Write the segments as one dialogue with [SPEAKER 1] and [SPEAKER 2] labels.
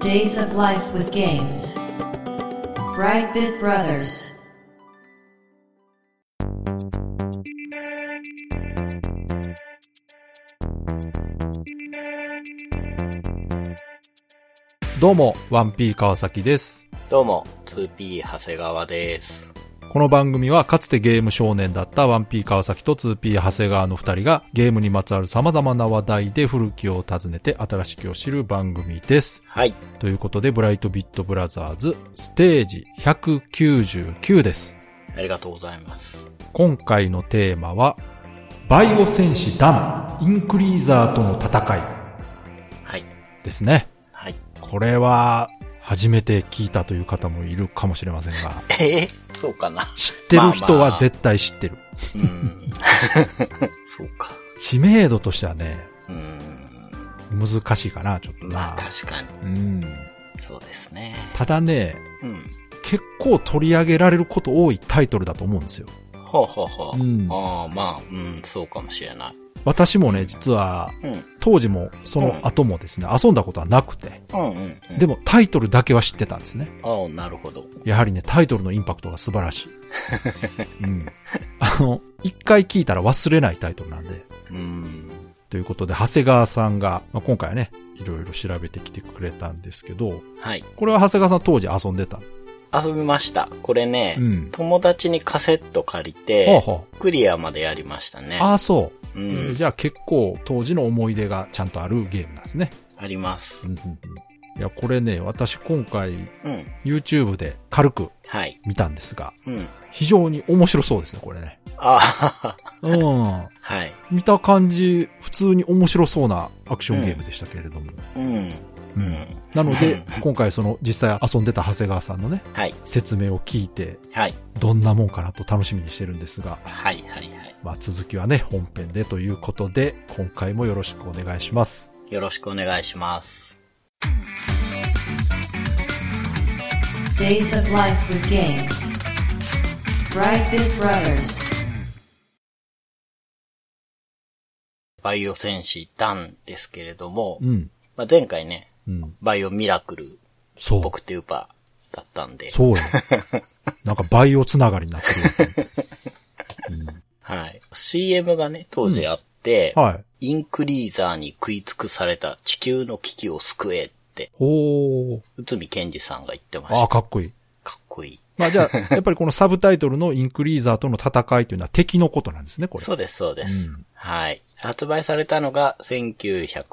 [SPEAKER 1] Days of Life with Games. Brightbit Brothers.
[SPEAKER 2] どうも、ワンピー川崎です。
[SPEAKER 3] どうも、2P 長谷川です。
[SPEAKER 2] この番組はかつてゲーム少年だったワンピー川崎と 2P 長谷川の二人がゲームにまつわる様々な話題で古きを訪ねて新しきを知る番組です。
[SPEAKER 3] はい。
[SPEAKER 2] ということで、ブライトビットブラザーズステージ199です。
[SPEAKER 3] ありがとうございます。
[SPEAKER 2] 今回のテーマは、バイオ戦士ダン、インクリーザーとの戦い
[SPEAKER 3] はい。
[SPEAKER 2] ですね。
[SPEAKER 3] はい。
[SPEAKER 2] これは、初めて聞いたという方もいるかもしれませんが、
[SPEAKER 3] ええそうかな。
[SPEAKER 2] 知ってる人は絶対知ってる。
[SPEAKER 3] うん。そうか。
[SPEAKER 2] 知名度としてはね、
[SPEAKER 3] うん。
[SPEAKER 2] 難しいかな、ちょっと
[SPEAKER 3] ま
[SPEAKER 2] な
[SPEAKER 3] あ、。確かに。
[SPEAKER 2] うん。
[SPEAKER 3] そうですね。
[SPEAKER 2] ただね、
[SPEAKER 3] うん。
[SPEAKER 2] 結構取り上げられること多いタイトルだと思うんですよ。
[SPEAKER 3] ほうほうほう。
[SPEAKER 2] うん
[SPEAKER 3] ああ、まあ、うん、そうかもしれない。
[SPEAKER 2] 私もね、実は、
[SPEAKER 3] うん。
[SPEAKER 2] 当時もその後もですね、遊んだことはなくて、
[SPEAKER 3] うんうん、うん。
[SPEAKER 2] でもタイトルだけは知ってたんですね。
[SPEAKER 3] ああ、なるほど。
[SPEAKER 2] やはりね、タイトルのインパクトが素晴ら しい。うん。あの、一回聞いたら忘れないタイトルなんで。
[SPEAKER 3] うん。
[SPEAKER 2] ということで、長谷川さんが、まあ、今回はね、いろいろ調べてきてくれたんですけど、
[SPEAKER 3] はい。
[SPEAKER 2] これは長谷川さん当時遊んでた。
[SPEAKER 3] 遊びました。これね、
[SPEAKER 2] うん
[SPEAKER 3] 友達にカセット借りて、
[SPEAKER 2] ほうほう。
[SPEAKER 3] クリアまでやりましたね。
[SPEAKER 2] ああ、そう。
[SPEAKER 3] う
[SPEAKER 2] うん
[SPEAKER 3] ん。
[SPEAKER 2] じゃあ結構当時の思い出がちゃんとあるゲームなんですね。
[SPEAKER 3] あります。
[SPEAKER 2] いや、これね、私今回
[SPEAKER 3] うん。
[SPEAKER 2] YouTube で軽く
[SPEAKER 3] はい。
[SPEAKER 2] 見たんですが、
[SPEAKER 3] うん。
[SPEAKER 2] 非常に面白そうですね、これね。
[SPEAKER 3] ああ、
[SPEAKER 2] うん。
[SPEAKER 3] はい。
[SPEAKER 2] 見た感じ、普通に面白そうなアクションゲームでしたけれども。
[SPEAKER 3] うん。
[SPEAKER 2] うん。なので、今回その実際遊んでた長谷川さんのね、
[SPEAKER 3] はい。
[SPEAKER 2] 説明を聞いて、
[SPEAKER 3] はい。
[SPEAKER 2] どんなもんかなと楽しみにしてるんですが、
[SPEAKER 3] はい。はい。はい。
[SPEAKER 2] まあ続きはね、本編でということで、今回もよろしくお願いします。
[SPEAKER 3] よろしくお願いします。
[SPEAKER 1] Days of Life with Games. Brightbit Brothers.
[SPEAKER 3] バイオ戦士ダンですけれども、
[SPEAKER 2] うん。
[SPEAKER 3] まあ、前回ね、
[SPEAKER 2] うん。
[SPEAKER 3] バイオミラクル、
[SPEAKER 2] そう。
[SPEAKER 3] 僕というパーだったんで、
[SPEAKER 2] そうよ。 なんかバイオつながりになってる。
[SPEAKER 3] はい。CM がね、当時あって、
[SPEAKER 2] はい。
[SPEAKER 3] インクリーザーに食い尽くされた地球の危機を救えって、
[SPEAKER 2] おー。
[SPEAKER 3] 宇見健二さんが言ってま
[SPEAKER 2] ああ、
[SPEAKER 3] した。
[SPEAKER 2] かっこいい。
[SPEAKER 3] かっこいい。
[SPEAKER 2] まあじゃあ、 やっぱりこのサブタイトルのインクリーザーとの戦いというのは敵のことなんですね、これ。
[SPEAKER 3] そうです、そうです、
[SPEAKER 2] うん
[SPEAKER 3] はい。発売されたのが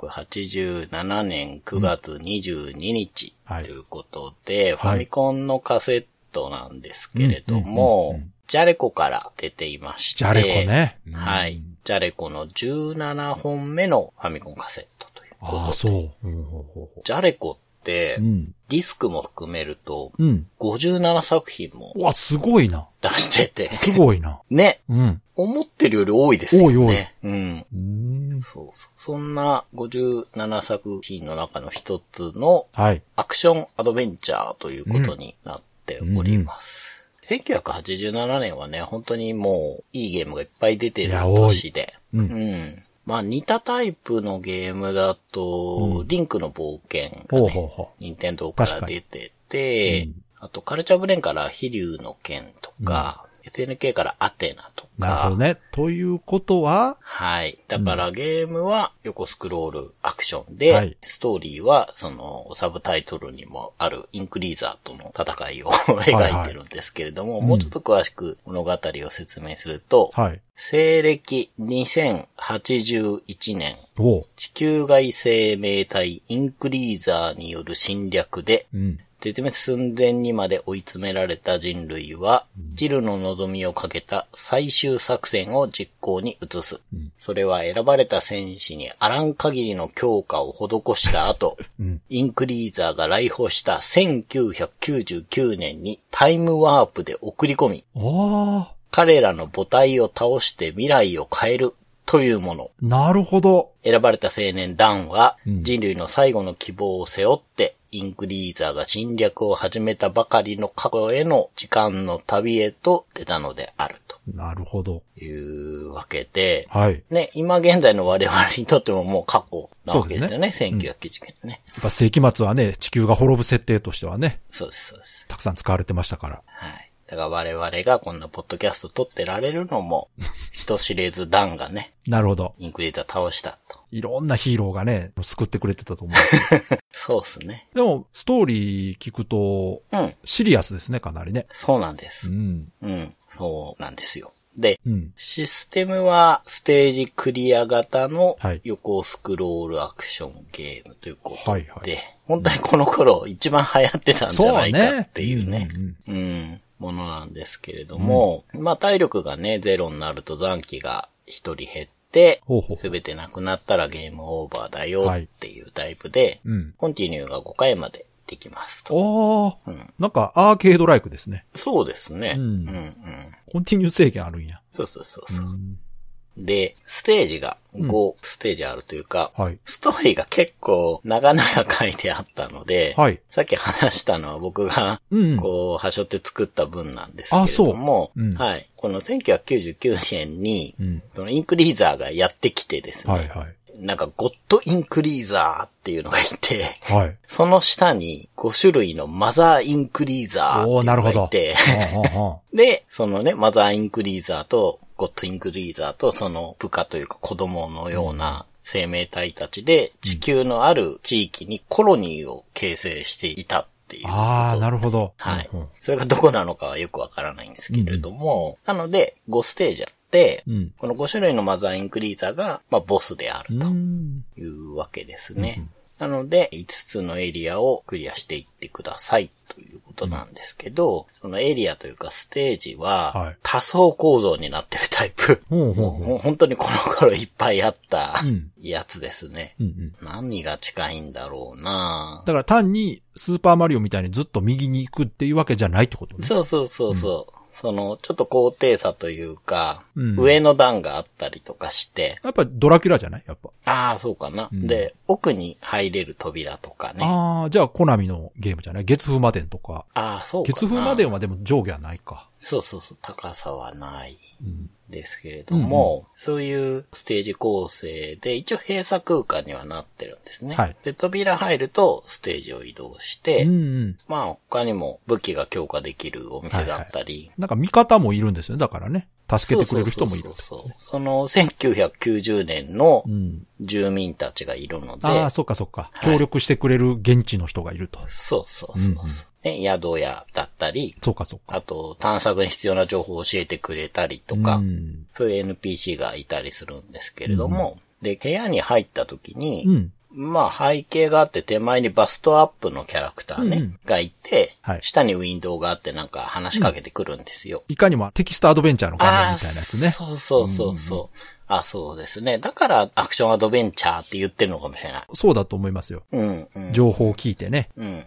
[SPEAKER 3] 1987年9月22日
[SPEAKER 2] はい
[SPEAKER 3] ということ
[SPEAKER 2] は
[SPEAKER 3] で、
[SPEAKER 2] い
[SPEAKER 3] ファミコンのカセットなんですけれど
[SPEAKER 2] うんう
[SPEAKER 3] も、
[SPEAKER 2] んうんうん
[SPEAKER 3] ジャレコから出ていまして、
[SPEAKER 2] じゃれこね。
[SPEAKER 3] はい。ジャレコの17本目のファミコンカセットということで。
[SPEAKER 2] ああ、そう。うんほうほうほ
[SPEAKER 3] ジャレコって
[SPEAKER 2] う。う、ん。
[SPEAKER 3] ディスクも含めると、
[SPEAKER 2] うん。
[SPEAKER 3] 57作品も
[SPEAKER 2] うわ、すごいな。
[SPEAKER 3] 出してて、
[SPEAKER 2] すごいな。
[SPEAKER 3] ね、
[SPEAKER 2] うん。
[SPEAKER 3] 思ってるより多いですよね。
[SPEAKER 2] 多い
[SPEAKER 3] うん。
[SPEAKER 2] うーん。
[SPEAKER 3] そうそう。そんな57作品の中の一つの
[SPEAKER 2] はい。
[SPEAKER 3] アクションアドベンチャーということになっております。1987年はね、本当にもういいゲームがいっぱい出て
[SPEAKER 2] い
[SPEAKER 3] る
[SPEAKER 2] や多い
[SPEAKER 3] 年で。
[SPEAKER 2] う。
[SPEAKER 3] うんん。まあ似たタイプのゲームだと、
[SPEAKER 2] うん
[SPEAKER 3] リンクの冒険が
[SPEAKER 2] ほうほう
[SPEAKER 3] ね、
[SPEAKER 2] ほ
[SPEAKER 3] 任天堂か
[SPEAKER 2] 確
[SPEAKER 3] ら
[SPEAKER 2] かに
[SPEAKER 3] 出てて、
[SPEAKER 2] うん
[SPEAKER 3] あとカルチャーブレーンから飛竜の剣とか、SNK からアテナと
[SPEAKER 2] う。なる
[SPEAKER 3] か
[SPEAKER 2] ほど、ね。ということは、
[SPEAKER 3] はい。だからゲームは横スクロールアクション
[SPEAKER 2] は
[SPEAKER 3] で
[SPEAKER 2] い、
[SPEAKER 3] ストーリーはそのサブタイトルにもあるインクリーザーとの戦いを 描いてるんですけれども、
[SPEAKER 2] い
[SPEAKER 3] もうちょっと詳しく物語を説明すると、
[SPEAKER 2] はい。
[SPEAKER 3] 西暦2081年、
[SPEAKER 2] おう。
[SPEAKER 3] 地球外生命体インクリーザーによる侵略で、
[SPEAKER 2] うん。
[SPEAKER 3] 絶滅寸前にまで追い詰められた人類は、ジルの望みをかけた最終作戦を実行に移す。
[SPEAKER 2] うん
[SPEAKER 3] それは選ばれた戦士にあらん限りの強化を施した後、
[SPEAKER 2] うん。
[SPEAKER 3] インクリーザーが来訪した1999年にタイムワープで送り込み、
[SPEAKER 2] ああ、
[SPEAKER 3] 彼らの母体を倒して未来を変えるというもの。
[SPEAKER 2] なるほど。
[SPEAKER 3] 選ばれた青年ダンは
[SPEAKER 2] うん
[SPEAKER 3] 人類の最後の希望を背負って、インクリーザーが侵略を始めたばかりの過去への時間の旅へと出たのである
[SPEAKER 2] なるほど。
[SPEAKER 3] というわけで、
[SPEAKER 2] はい。
[SPEAKER 3] ね、今現在の我々にとってももう過去なわけですよね。
[SPEAKER 2] そうですね
[SPEAKER 3] 1990年ね、
[SPEAKER 2] やっぱ世紀末はね、地球が滅ぶ設定としてはね、
[SPEAKER 3] そうです、そうです。
[SPEAKER 2] たくさん使われてましたから。
[SPEAKER 3] はい。だから我々がこんなポッドキャスト撮ってられるの も、人知れずダンがね、
[SPEAKER 2] なるほど。
[SPEAKER 3] インクリーザー倒したと。
[SPEAKER 2] いろんなヒーローがね、救ってくれてたと思うんですよ
[SPEAKER 3] そうですね。
[SPEAKER 2] でも、ストーリー聞くと、
[SPEAKER 3] うん。
[SPEAKER 2] シリアスですね、かなりね。
[SPEAKER 3] そうなんで
[SPEAKER 2] う
[SPEAKER 3] す。
[SPEAKER 2] ん。
[SPEAKER 3] うん。そうなんですよ。で、
[SPEAKER 2] うん。
[SPEAKER 3] システムはステージクリア型の
[SPEAKER 2] はい
[SPEAKER 3] 横スクロールアクションゲームということで、
[SPEAKER 2] はいはい
[SPEAKER 3] 本当にこの頃一番流行ってたんじゃないかっていうね、
[SPEAKER 2] そうね
[SPEAKER 3] うんものなんですけれども、まあ体力がね、ゼロになると残機が一人減って、
[SPEAKER 2] ほうほう
[SPEAKER 3] すべてなくなったらゲームオーバーだよっていうタイプで、
[SPEAKER 2] うん。
[SPEAKER 3] コンティニューが5回までできますと。
[SPEAKER 2] おー、
[SPEAKER 3] うん
[SPEAKER 2] なんかアーケードライクですね。
[SPEAKER 3] そうですね。
[SPEAKER 2] うん
[SPEAKER 3] うんうん
[SPEAKER 2] コンティニュー制限あるんや。
[SPEAKER 3] そうそうそう
[SPEAKER 2] う
[SPEAKER 3] そう、
[SPEAKER 2] ん。
[SPEAKER 3] で、ステージが5ステージあるというか、
[SPEAKER 2] はい。
[SPEAKER 3] ストーリーが結構長々書いてあったので、
[SPEAKER 2] はい。
[SPEAKER 3] さっき話したのは僕が、
[SPEAKER 2] うん。
[SPEAKER 3] こう、端折って作った文なんですけれども、
[SPEAKER 2] あそううん
[SPEAKER 3] はい。この1999年に、
[SPEAKER 2] うん。
[SPEAKER 3] そのインクリーザーがやってきてですね、
[SPEAKER 2] はいはい。
[SPEAKER 3] なんかゴッドインクリーザーっていうのがいて、
[SPEAKER 2] はい。
[SPEAKER 3] その下に5種類のマザーインクリーザーってい
[SPEAKER 2] お
[SPEAKER 3] う
[SPEAKER 2] ー、なる
[SPEAKER 3] の
[SPEAKER 2] ほど。
[SPEAKER 3] が いて、
[SPEAKER 2] はあはあは
[SPEAKER 3] で、そのね、マザーインクリーザーと、ゴッドインクリーザーと、その部下というか子供のような生命体たちで、地球のある地域にコロニーを形成していたっていうこと。
[SPEAKER 2] ああー、な
[SPEAKER 3] る
[SPEAKER 2] るほど。
[SPEAKER 3] はい
[SPEAKER 2] うん。
[SPEAKER 3] それがどこなのかはよくわからないんですけれども、なので、5ステージあって、
[SPEAKER 2] うん。
[SPEAKER 3] この5種類のマザーインクリーザーが、まあ、ボスであ
[SPEAKER 2] う
[SPEAKER 3] ると
[SPEAKER 2] ん。
[SPEAKER 3] いうわけですね。なので、5つのエリアをクリアしていってくださいということなんですけど、そのエリアというかステージ
[SPEAKER 2] は、
[SPEAKER 3] はい多層構造になってるタイプ。
[SPEAKER 2] ほうほうほう
[SPEAKER 3] もう本当にこの頃いっぱいあった
[SPEAKER 2] うん
[SPEAKER 3] やつですね。
[SPEAKER 2] うんうん。
[SPEAKER 3] 何が近いんだろうな
[SPEAKER 2] だから単に、スーパーマリオみたいにずっと右に行くっていうわけじゃないってことね。
[SPEAKER 3] そうそうそうそう。その、ちょっと高低差というか、
[SPEAKER 2] うん
[SPEAKER 3] 上の段があったりとかして、
[SPEAKER 2] やっぱドラキュラじゃないやっぱ。
[SPEAKER 3] ああ、そうかな、
[SPEAKER 2] ん
[SPEAKER 3] で、奥に入れる扉とかね。あ
[SPEAKER 2] ああ、じゃあコナミのゲームじゃない月風魔伝とか。
[SPEAKER 3] あー、そうかな。
[SPEAKER 2] 月風魔伝はでも上下はないか。
[SPEAKER 3] そうそうそう、高さはない
[SPEAKER 2] うん。
[SPEAKER 3] ですけれども、そういうステージ構成で、一応閉鎖空間にはなってるんですね。
[SPEAKER 2] はい
[SPEAKER 3] で、扉入るとステージを移動して、
[SPEAKER 2] うんうん。
[SPEAKER 3] まあ他にも武器が強化できるお店だったり、
[SPEAKER 2] なんか味方もいるんですよね。だからね。助
[SPEAKER 3] そう
[SPEAKER 2] けて
[SPEAKER 3] そう
[SPEAKER 2] くれる人もいる
[SPEAKER 3] そう。そうその1990年の
[SPEAKER 2] うん。
[SPEAKER 3] 住民たちがいるので、
[SPEAKER 2] ああ、そっかそっか。
[SPEAKER 3] はい
[SPEAKER 2] 協力してくれる現地の人がいると。
[SPEAKER 3] そうそうそうそう、ね。宿屋だったり、
[SPEAKER 2] そうかそうか。
[SPEAKER 3] あと探索に必要な情報を教えてくれたりとか、
[SPEAKER 2] うん。
[SPEAKER 3] そういう NPC がいたりするんですけれども、で、部屋に入った時
[SPEAKER 2] う
[SPEAKER 3] に、
[SPEAKER 2] ん。
[SPEAKER 3] まあ背景があって手前にバストアップのキャラクターね、
[SPEAKER 2] うんうん
[SPEAKER 3] がいて、
[SPEAKER 2] はい
[SPEAKER 3] 下にウィンドウがあってなんか話しかけてくるんですよ。
[SPEAKER 2] いかにもテキストアドベンチャーの画面みたいなやつね。
[SPEAKER 3] そうそうそうそう。あ、そうですね。だからアクションアドベンチャーって言ってるのかもしれない。
[SPEAKER 2] そうだと思いますよ。
[SPEAKER 3] うん、うん。
[SPEAKER 2] 情報を聞いてね。
[SPEAKER 3] うん。
[SPEAKER 2] うん。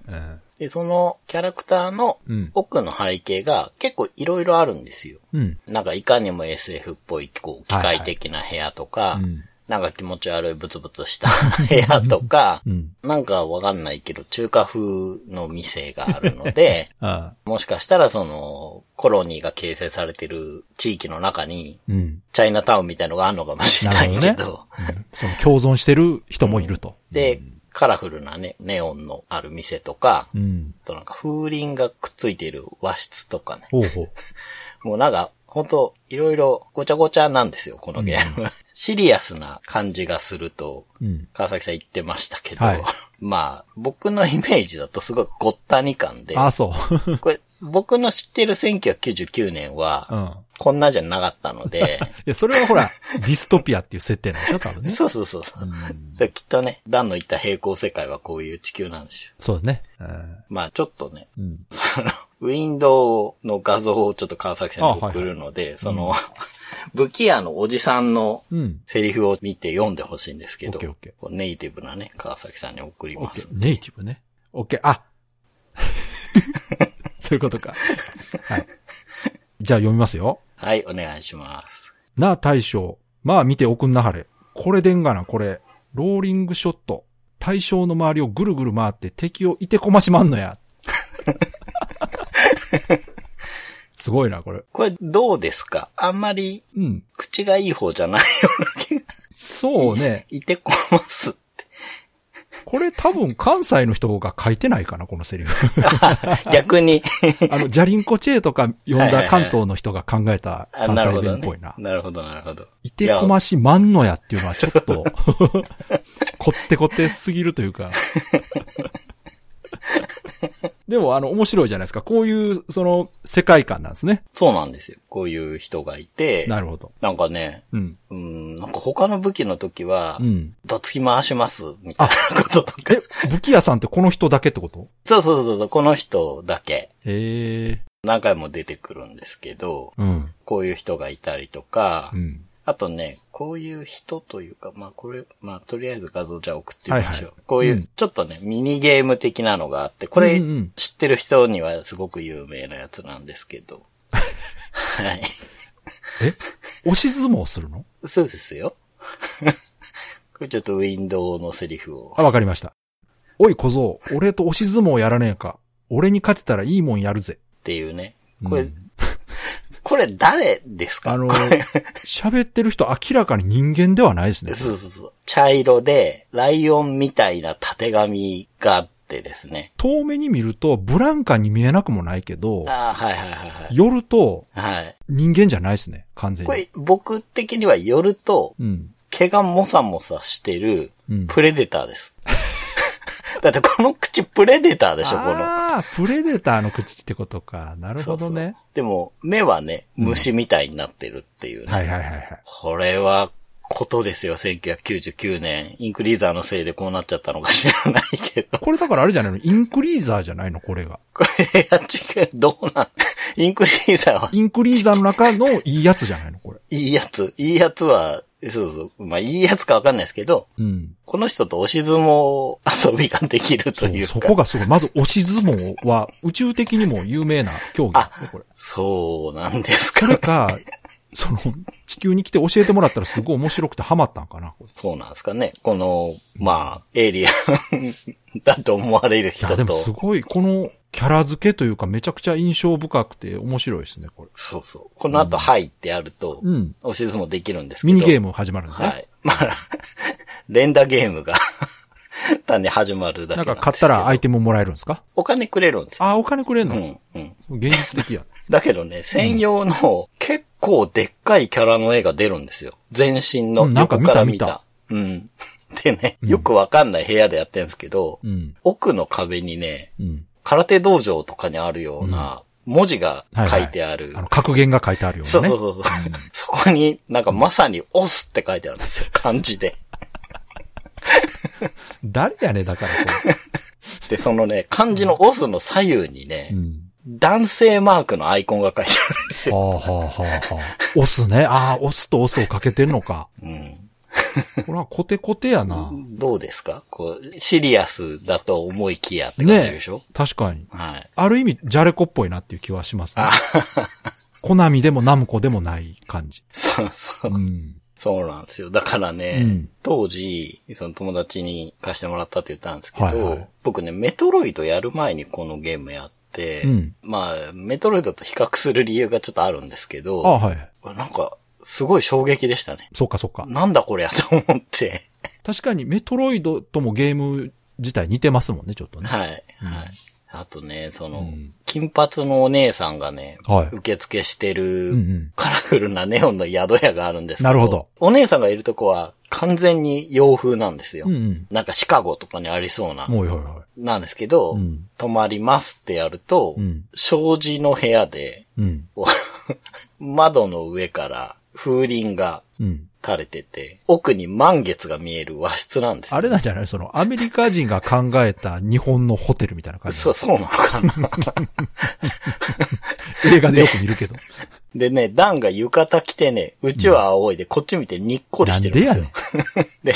[SPEAKER 3] で、そのキャラクターの
[SPEAKER 2] うん
[SPEAKER 3] 奥の背景が結構いろいろあるんですよ。
[SPEAKER 2] うん。
[SPEAKER 3] なんかいかにも SF っぽい、こう、機械的な部屋とか、
[SPEAKER 2] うん。
[SPEAKER 3] なんか気持ち悪いブツブツした 部屋とか、
[SPEAKER 2] うん。、
[SPEAKER 3] なんかわかんないけど、中華風の店があるので
[SPEAKER 2] あ
[SPEAKER 3] もしかしたらその、コロニーが形成されてる地域の中に、
[SPEAKER 2] あ。うん。
[SPEAKER 3] チャイナタウンみたいのがあるのかもしれないけど、
[SPEAKER 2] なるほうんその共存してる人もいると。
[SPEAKER 3] で、カラフルなね、ネオンのある店とか、
[SPEAKER 2] うん。
[SPEAKER 3] あとなんか風鈴がくっついてる和室とかね、
[SPEAKER 2] ほうほう。
[SPEAKER 3] もうなんか、ほんと、いろいろごちゃごちゃなんですよ、このゲーム。 シリアスな感じがすると、
[SPEAKER 2] うん。
[SPEAKER 3] 川崎さん言ってましたけど、
[SPEAKER 2] はい
[SPEAKER 3] まあ、僕のイメージだとすごいごったに感 で、
[SPEAKER 2] ああ、そう。
[SPEAKER 3] これ、僕の知ってる1999年
[SPEAKER 2] う
[SPEAKER 3] は、
[SPEAKER 2] ん。
[SPEAKER 3] こんなじゃなかったの で、
[SPEAKER 2] いや、それはほら、ディストピアっていう設定なんでしょ多分ね。
[SPEAKER 3] そうそうそうそう。できっとね、ダンの言った平行世界はこういう地球なんですよ。
[SPEAKER 2] そうですね。
[SPEAKER 3] まあ、ちょっとね、
[SPEAKER 2] うん。うん。
[SPEAKER 3] あの、ウィンドウの画像をちょっと川崎さんに
[SPEAKER 2] あはい
[SPEAKER 3] 送るので、その、 武器屋のおじさんの
[SPEAKER 2] うん。
[SPEAKER 3] セリフを見て読んでほしいんですけど
[SPEAKER 2] オッケーオッケー、
[SPEAKER 3] こうネイティブなね、川崎さんに送り
[SPEAKER 2] オ
[SPEAKER 3] ま
[SPEAKER 2] ッケ
[SPEAKER 3] す
[SPEAKER 2] ー。。ネイティブね。オッケー。 あそういうことか。はい。じゃあ読みますよ。
[SPEAKER 3] はい、お願いします。
[SPEAKER 2] なあ大将。まあ見ておくんなはれ。これでんがな、これ。ローリングショット。大将の周りをぐるぐる回って敵をいてこましまんのや。すごいな、これ。
[SPEAKER 3] これどうですかあんまり
[SPEAKER 2] うん。
[SPEAKER 3] 口がいい方じゃないような気が。
[SPEAKER 2] そうね。
[SPEAKER 3] いてこますって。
[SPEAKER 2] これ多分関西の人が書いてないかな、このセリフ。
[SPEAKER 3] 逆に。
[SPEAKER 2] あの、ジャリンコチェとか呼ん
[SPEAKER 3] はいはいは
[SPEAKER 2] だ
[SPEAKER 3] い
[SPEAKER 2] 関東の人が考えた
[SPEAKER 3] あ
[SPEAKER 2] 関
[SPEAKER 3] なる
[SPEAKER 2] 西
[SPEAKER 3] ほど、
[SPEAKER 2] 弁っ
[SPEAKER 3] ね
[SPEAKER 2] ぽいな。。
[SPEAKER 3] なるほど、なるほど。
[SPEAKER 2] いてこましまんのやっていうのはちょっと、こってこってすぎるというか。でも、あの、面白いじゃないですか。こういう、その、世界観なんですね。
[SPEAKER 3] そうなんですよ。こういう人がいて、
[SPEAKER 2] なるほど。
[SPEAKER 3] なんかね、
[SPEAKER 2] うん。
[SPEAKER 3] うん、なんか他の武器の時は
[SPEAKER 2] う、ん。
[SPEAKER 3] どつき回します、みたいなこととか。
[SPEAKER 2] 武器屋さんってこの人だけってこと
[SPEAKER 3] そうそうそうそう、この人だけ
[SPEAKER 2] へえ。
[SPEAKER 3] 何回も出てくるんですけど、
[SPEAKER 2] うん。
[SPEAKER 3] こういう人がいたりとか、
[SPEAKER 2] うん。
[SPEAKER 3] あとね、こういう人というか、まあこれ、まあとりあえず画像じゃあ送ってみましょう。
[SPEAKER 2] はいはい
[SPEAKER 3] こうい
[SPEAKER 2] う
[SPEAKER 3] う、
[SPEAKER 2] ん
[SPEAKER 3] ちょっとね、ミニゲーム的なのがあって、これ、
[SPEAKER 2] うんうん
[SPEAKER 3] 知ってる人にはすごく有名なやつなんですけ ど。はい。
[SPEAKER 2] え押し相撲するの
[SPEAKER 3] そうですよ。 これちょっとウィンドウのセリフを。
[SPEAKER 2] あ、わかりました。おい小僧、俺と押し相撲やらねえか。俺に勝てたらいいもんやるぜ。
[SPEAKER 3] っていうね。これ、
[SPEAKER 2] うん
[SPEAKER 3] これ誰ですか
[SPEAKER 2] あの
[SPEAKER 3] これ、
[SPEAKER 2] 喋ってる人明らかに人間ではないですね。
[SPEAKER 3] そうそうそう。茶色で、ライオンみたいな縦紙があってですね。
[SPEAKER 2] 遠目に見るとブランカに見えなくもないけど、
[SPEAKER 3] ああ、はいはいはいはい。
[SPEAKER 2] 寄ると
[SPEAKER 3] はい。
[SPEAKER 2] 人間じゃないですね、完全
[SPEAKER 3] こ
[SPEAKER 2] に。
[SPEAKER 3] れ、僕的にはよると、
[SPEAKER 2] うん。
[SPEAKER 3] 毛がもさもさしてる
[SPEAKER 2] うん、
[SPEAKER 3] プレデターです。 だってこの口プレデターでしょ、この。
[SPEAKER 2] ああ、プレデターの口ってこと か。なる
[SPEAKER 3] そ
[SPEAKER 2] ほ
[SPEAKER 3] うそ
[SPEAKER 2] ど
[SPEAKER 3] う
[SPEAKER 2] ね。。
[SPEAKER 3] でも、目はね、虫みたいになってるっていうね。
[SPEAKER 2] はいはいはいはい。
[SPEAKER 3] これは、ことですよ、1999年。インクリーザーのせいでこうなっちゃったのか知らないけど。
[SPEAKER 2] これだからあれじゃないのインクリーザーじゃないのこれが。
[SPEAKER 3] これ、違う、どうなん インクリーザーは
[SPEAKER 2] インクリーザーの中のいいやつじゃないのこれ。
[SPEAKER 3] いいやつ。いいやつは、そうそう。まあ、いいやつかわかんないですけど、
[SPEAKER 2] うん。
[SPEAKER 3] この人と押し相撲遊びができる
[SPEAKER 2] そ
[SPEAKER 3] という
[SPEAKER 2] う
[SPEAKER 3] か。
[SPEAKER 2] そこがすごい。まず押し相撲は宇宙的にも有名な競技なんですね、これ。
[SPEAKER 3] そうなんです
[SPEAKER 2] そ
[SPEAKER 3] か
[SPEAKER 2] れ
[SPEAKER 3] ね。
[SPEAKER 2] か、その、地球に来て教えてもらったらすごい面白くてハマったんかな。これ
[SPEAKER 3] そうなんですかね。この、まあ、エイリアンだと思われる
[SPEAKER 2] いや、
[SPEAKER 3] 人
[SPEAKER 2] でもす
[SPEAKER 3] と。
[SPEAKER 2] ごい、このキャラ付けというかめちゃくちゃ印象深くて面白いですね、これ。
[SPEAKER 3] そうそう。この後、はいってやると、
[SPEAKER 2] うん。
[SPEAKER 3] 押し相撲できるんですけど。
[SPEAKER 2] ミニゲー
[SPEAKER 3] ム。
[SPEAKER 2] ム始まるんですね。
[SPEAKER 3] はい。まあ、連打ゲームが 単に始まるだけ
[SPEAKER 2] なん
[SPEAKER 3] な
[SPEAKER 2] か
[SPEAKER 3] んですけ
[SPEAKER 2] 買
[SPEAKER 3] ど。
[SPEAKER 2] ったらアイテムもらえるんですか
[SPEAKER 3] お金くれるんですよ。
[SPEAKER 2] あ、お金くれん
[SPEAKER 3] う
[SPEAKER 2] の、
[SPEAKER 3] ん、うん。
[SPEAKER 2] 現実的や。
[SPEAKER 3] だけどね、専用の結構でっかいキャラの絵が出るんですよ。全身の
[SPEAKER 2] うんなんか
[SPEAKER 3] 横から見
[SPEAKER 2] 見た
[SPEAKER 3] た。うん。 でね、よくわかんない部屋でやってるんですけど、
[SPEAKER 2] うん。
[SPEAKER 3] 奥の壁にね、
[SPEAKER 2] うん。
[SPEAKER 3] 空手道場とかにあるような文字が書いてある。
[SPEAKER 2] あの、格言が書いてあるよう
[SPEAKER 3] そ
[SPEAKER 2] な
[SPEAKER 3] う
[SPEAKER 2] ね。
[SPEAKER 3] そうそうそう。 そこになんかまさに押すって書いてあるんですよ。漢字で。
[SPEAKER 2] 誰やね、だからこ
[SPEAKER 3] で、そのね、漢字の押すの左右にね
[SPEAKER 2] れ。う、ん。
[SPEAKER 3] 男性マークのアイコンが書いてあるんです
[SPEAKER 2] は
[SPEAKER 3] よ。
[SPEAKER 2] あはあはあはあ。押すね。ああ、押すと押すをかけてんの か。
[SPEAKER 3] うん。
[SPEAKER 2] これはコテコテやな。
[SPEAKER 3] どうですかこう、シリアスだと思いきやって感じ
[SPEAKER 2] ね
[SPEAKER 3] でしょ、
[SPEAKER 2] 確かに。
[SPEAKER 3] はい。
[SPEAKER 2] ある意味、じゃれこっぽいなっていう気はしますね。 コナミでもナムコでもない感じ。
[SPEAKER 3] そうそう。
[SPEAKER 2] うん。
[SPEAKER 3] そうなんですよ。だからね、
[SPEAKER 2] うん
[SPEAKER 3] 当時、その友達に貸してもらったって言ったんですけど、
[SPEAKER 2] はいはい
[SPEAKER 3] 僕ね、メトロイドやる前にこのゲームやって、
[SPEAKER 2] うん
[SPEAKER 3] まあ、メトロイドと比較する理由がちょっとあるんですけ
[SPEAKER 2] あ
[SPEAKER 3] ど、
[SPEAKER 2] はい。
[SPEAKER 3] なんか、すごい衝撃でしたね。
[SPEAKER 2] そっかそっか。
[SPEAKER 3] なんだこれやと思って。
[SPEAKER 2] 確かにメトロイドともゲーム自体似てますもんね、ちょっとね。
[SPEAKER 3] はい。
[SPEAKER 2] うん
[SPEAKER 3] はい。あとね、その、
[SPEAKER 2] うん
[SPEAKER 3] 金髪のお姉さんがね、
[SPEAKER 2] はい
[SPEAKER 3] 受付して
[SPEAKER 2] う
[SPEAKER 3] る、
[SPEAKER 2] んうん
[SPEAKER 3] カラフルなネオンの宿屋があるんですけど、
[SPEAKER 2] なるほど
[SPEAKER 3] お姉さんがいるとこは完全に洋風なんですよ。
[SPEAKER 2] うんうん。
[SPEAKER 3] なんかシカゴとかにありそうな、
[SPEAKER 2] もうはいは
[SPEAKER 3] なんですけど、
[SPEAKER 2] うん
[SPEAKER 3] 泊まりますってやると、
[SPEAKER 2] うん
[SPEAKER 3] 障子の部屋で、
[SPEAKER 2] い。うん。
[SPEAKER 3] こう 窓の上から風鈴が
[SPEAKER 2] うん。
[SPEAKER 3] 垂れてて、奥に満月が見える和室なんですよ
[SPEAKER 2] あれなんじゃないその、アメリカ人が考えた日本のホテルみたいな感じ。
[SPEAKER 3] そう、そうなのか な。
[SPEAKER 2] 映画でよく見るけ ど。
[SPEAKER 3] でね、ダンが浴衣着てね、うちは青いで、こっち見てにっこり
[SPEAKER 2] な
[SPEAKER 3] し
[SPEAKER 2] ん
[SPEAKER 3] てるん
[SPEAKER 2] で
[SPEAKER 3] で
[SPEAKER 2] や
[SPEAKER 3] す
[SPEAKER 2] ね
[SPEAKER 3] よ
[SPEAKER 2] ん。。
[SPEAKER 3] で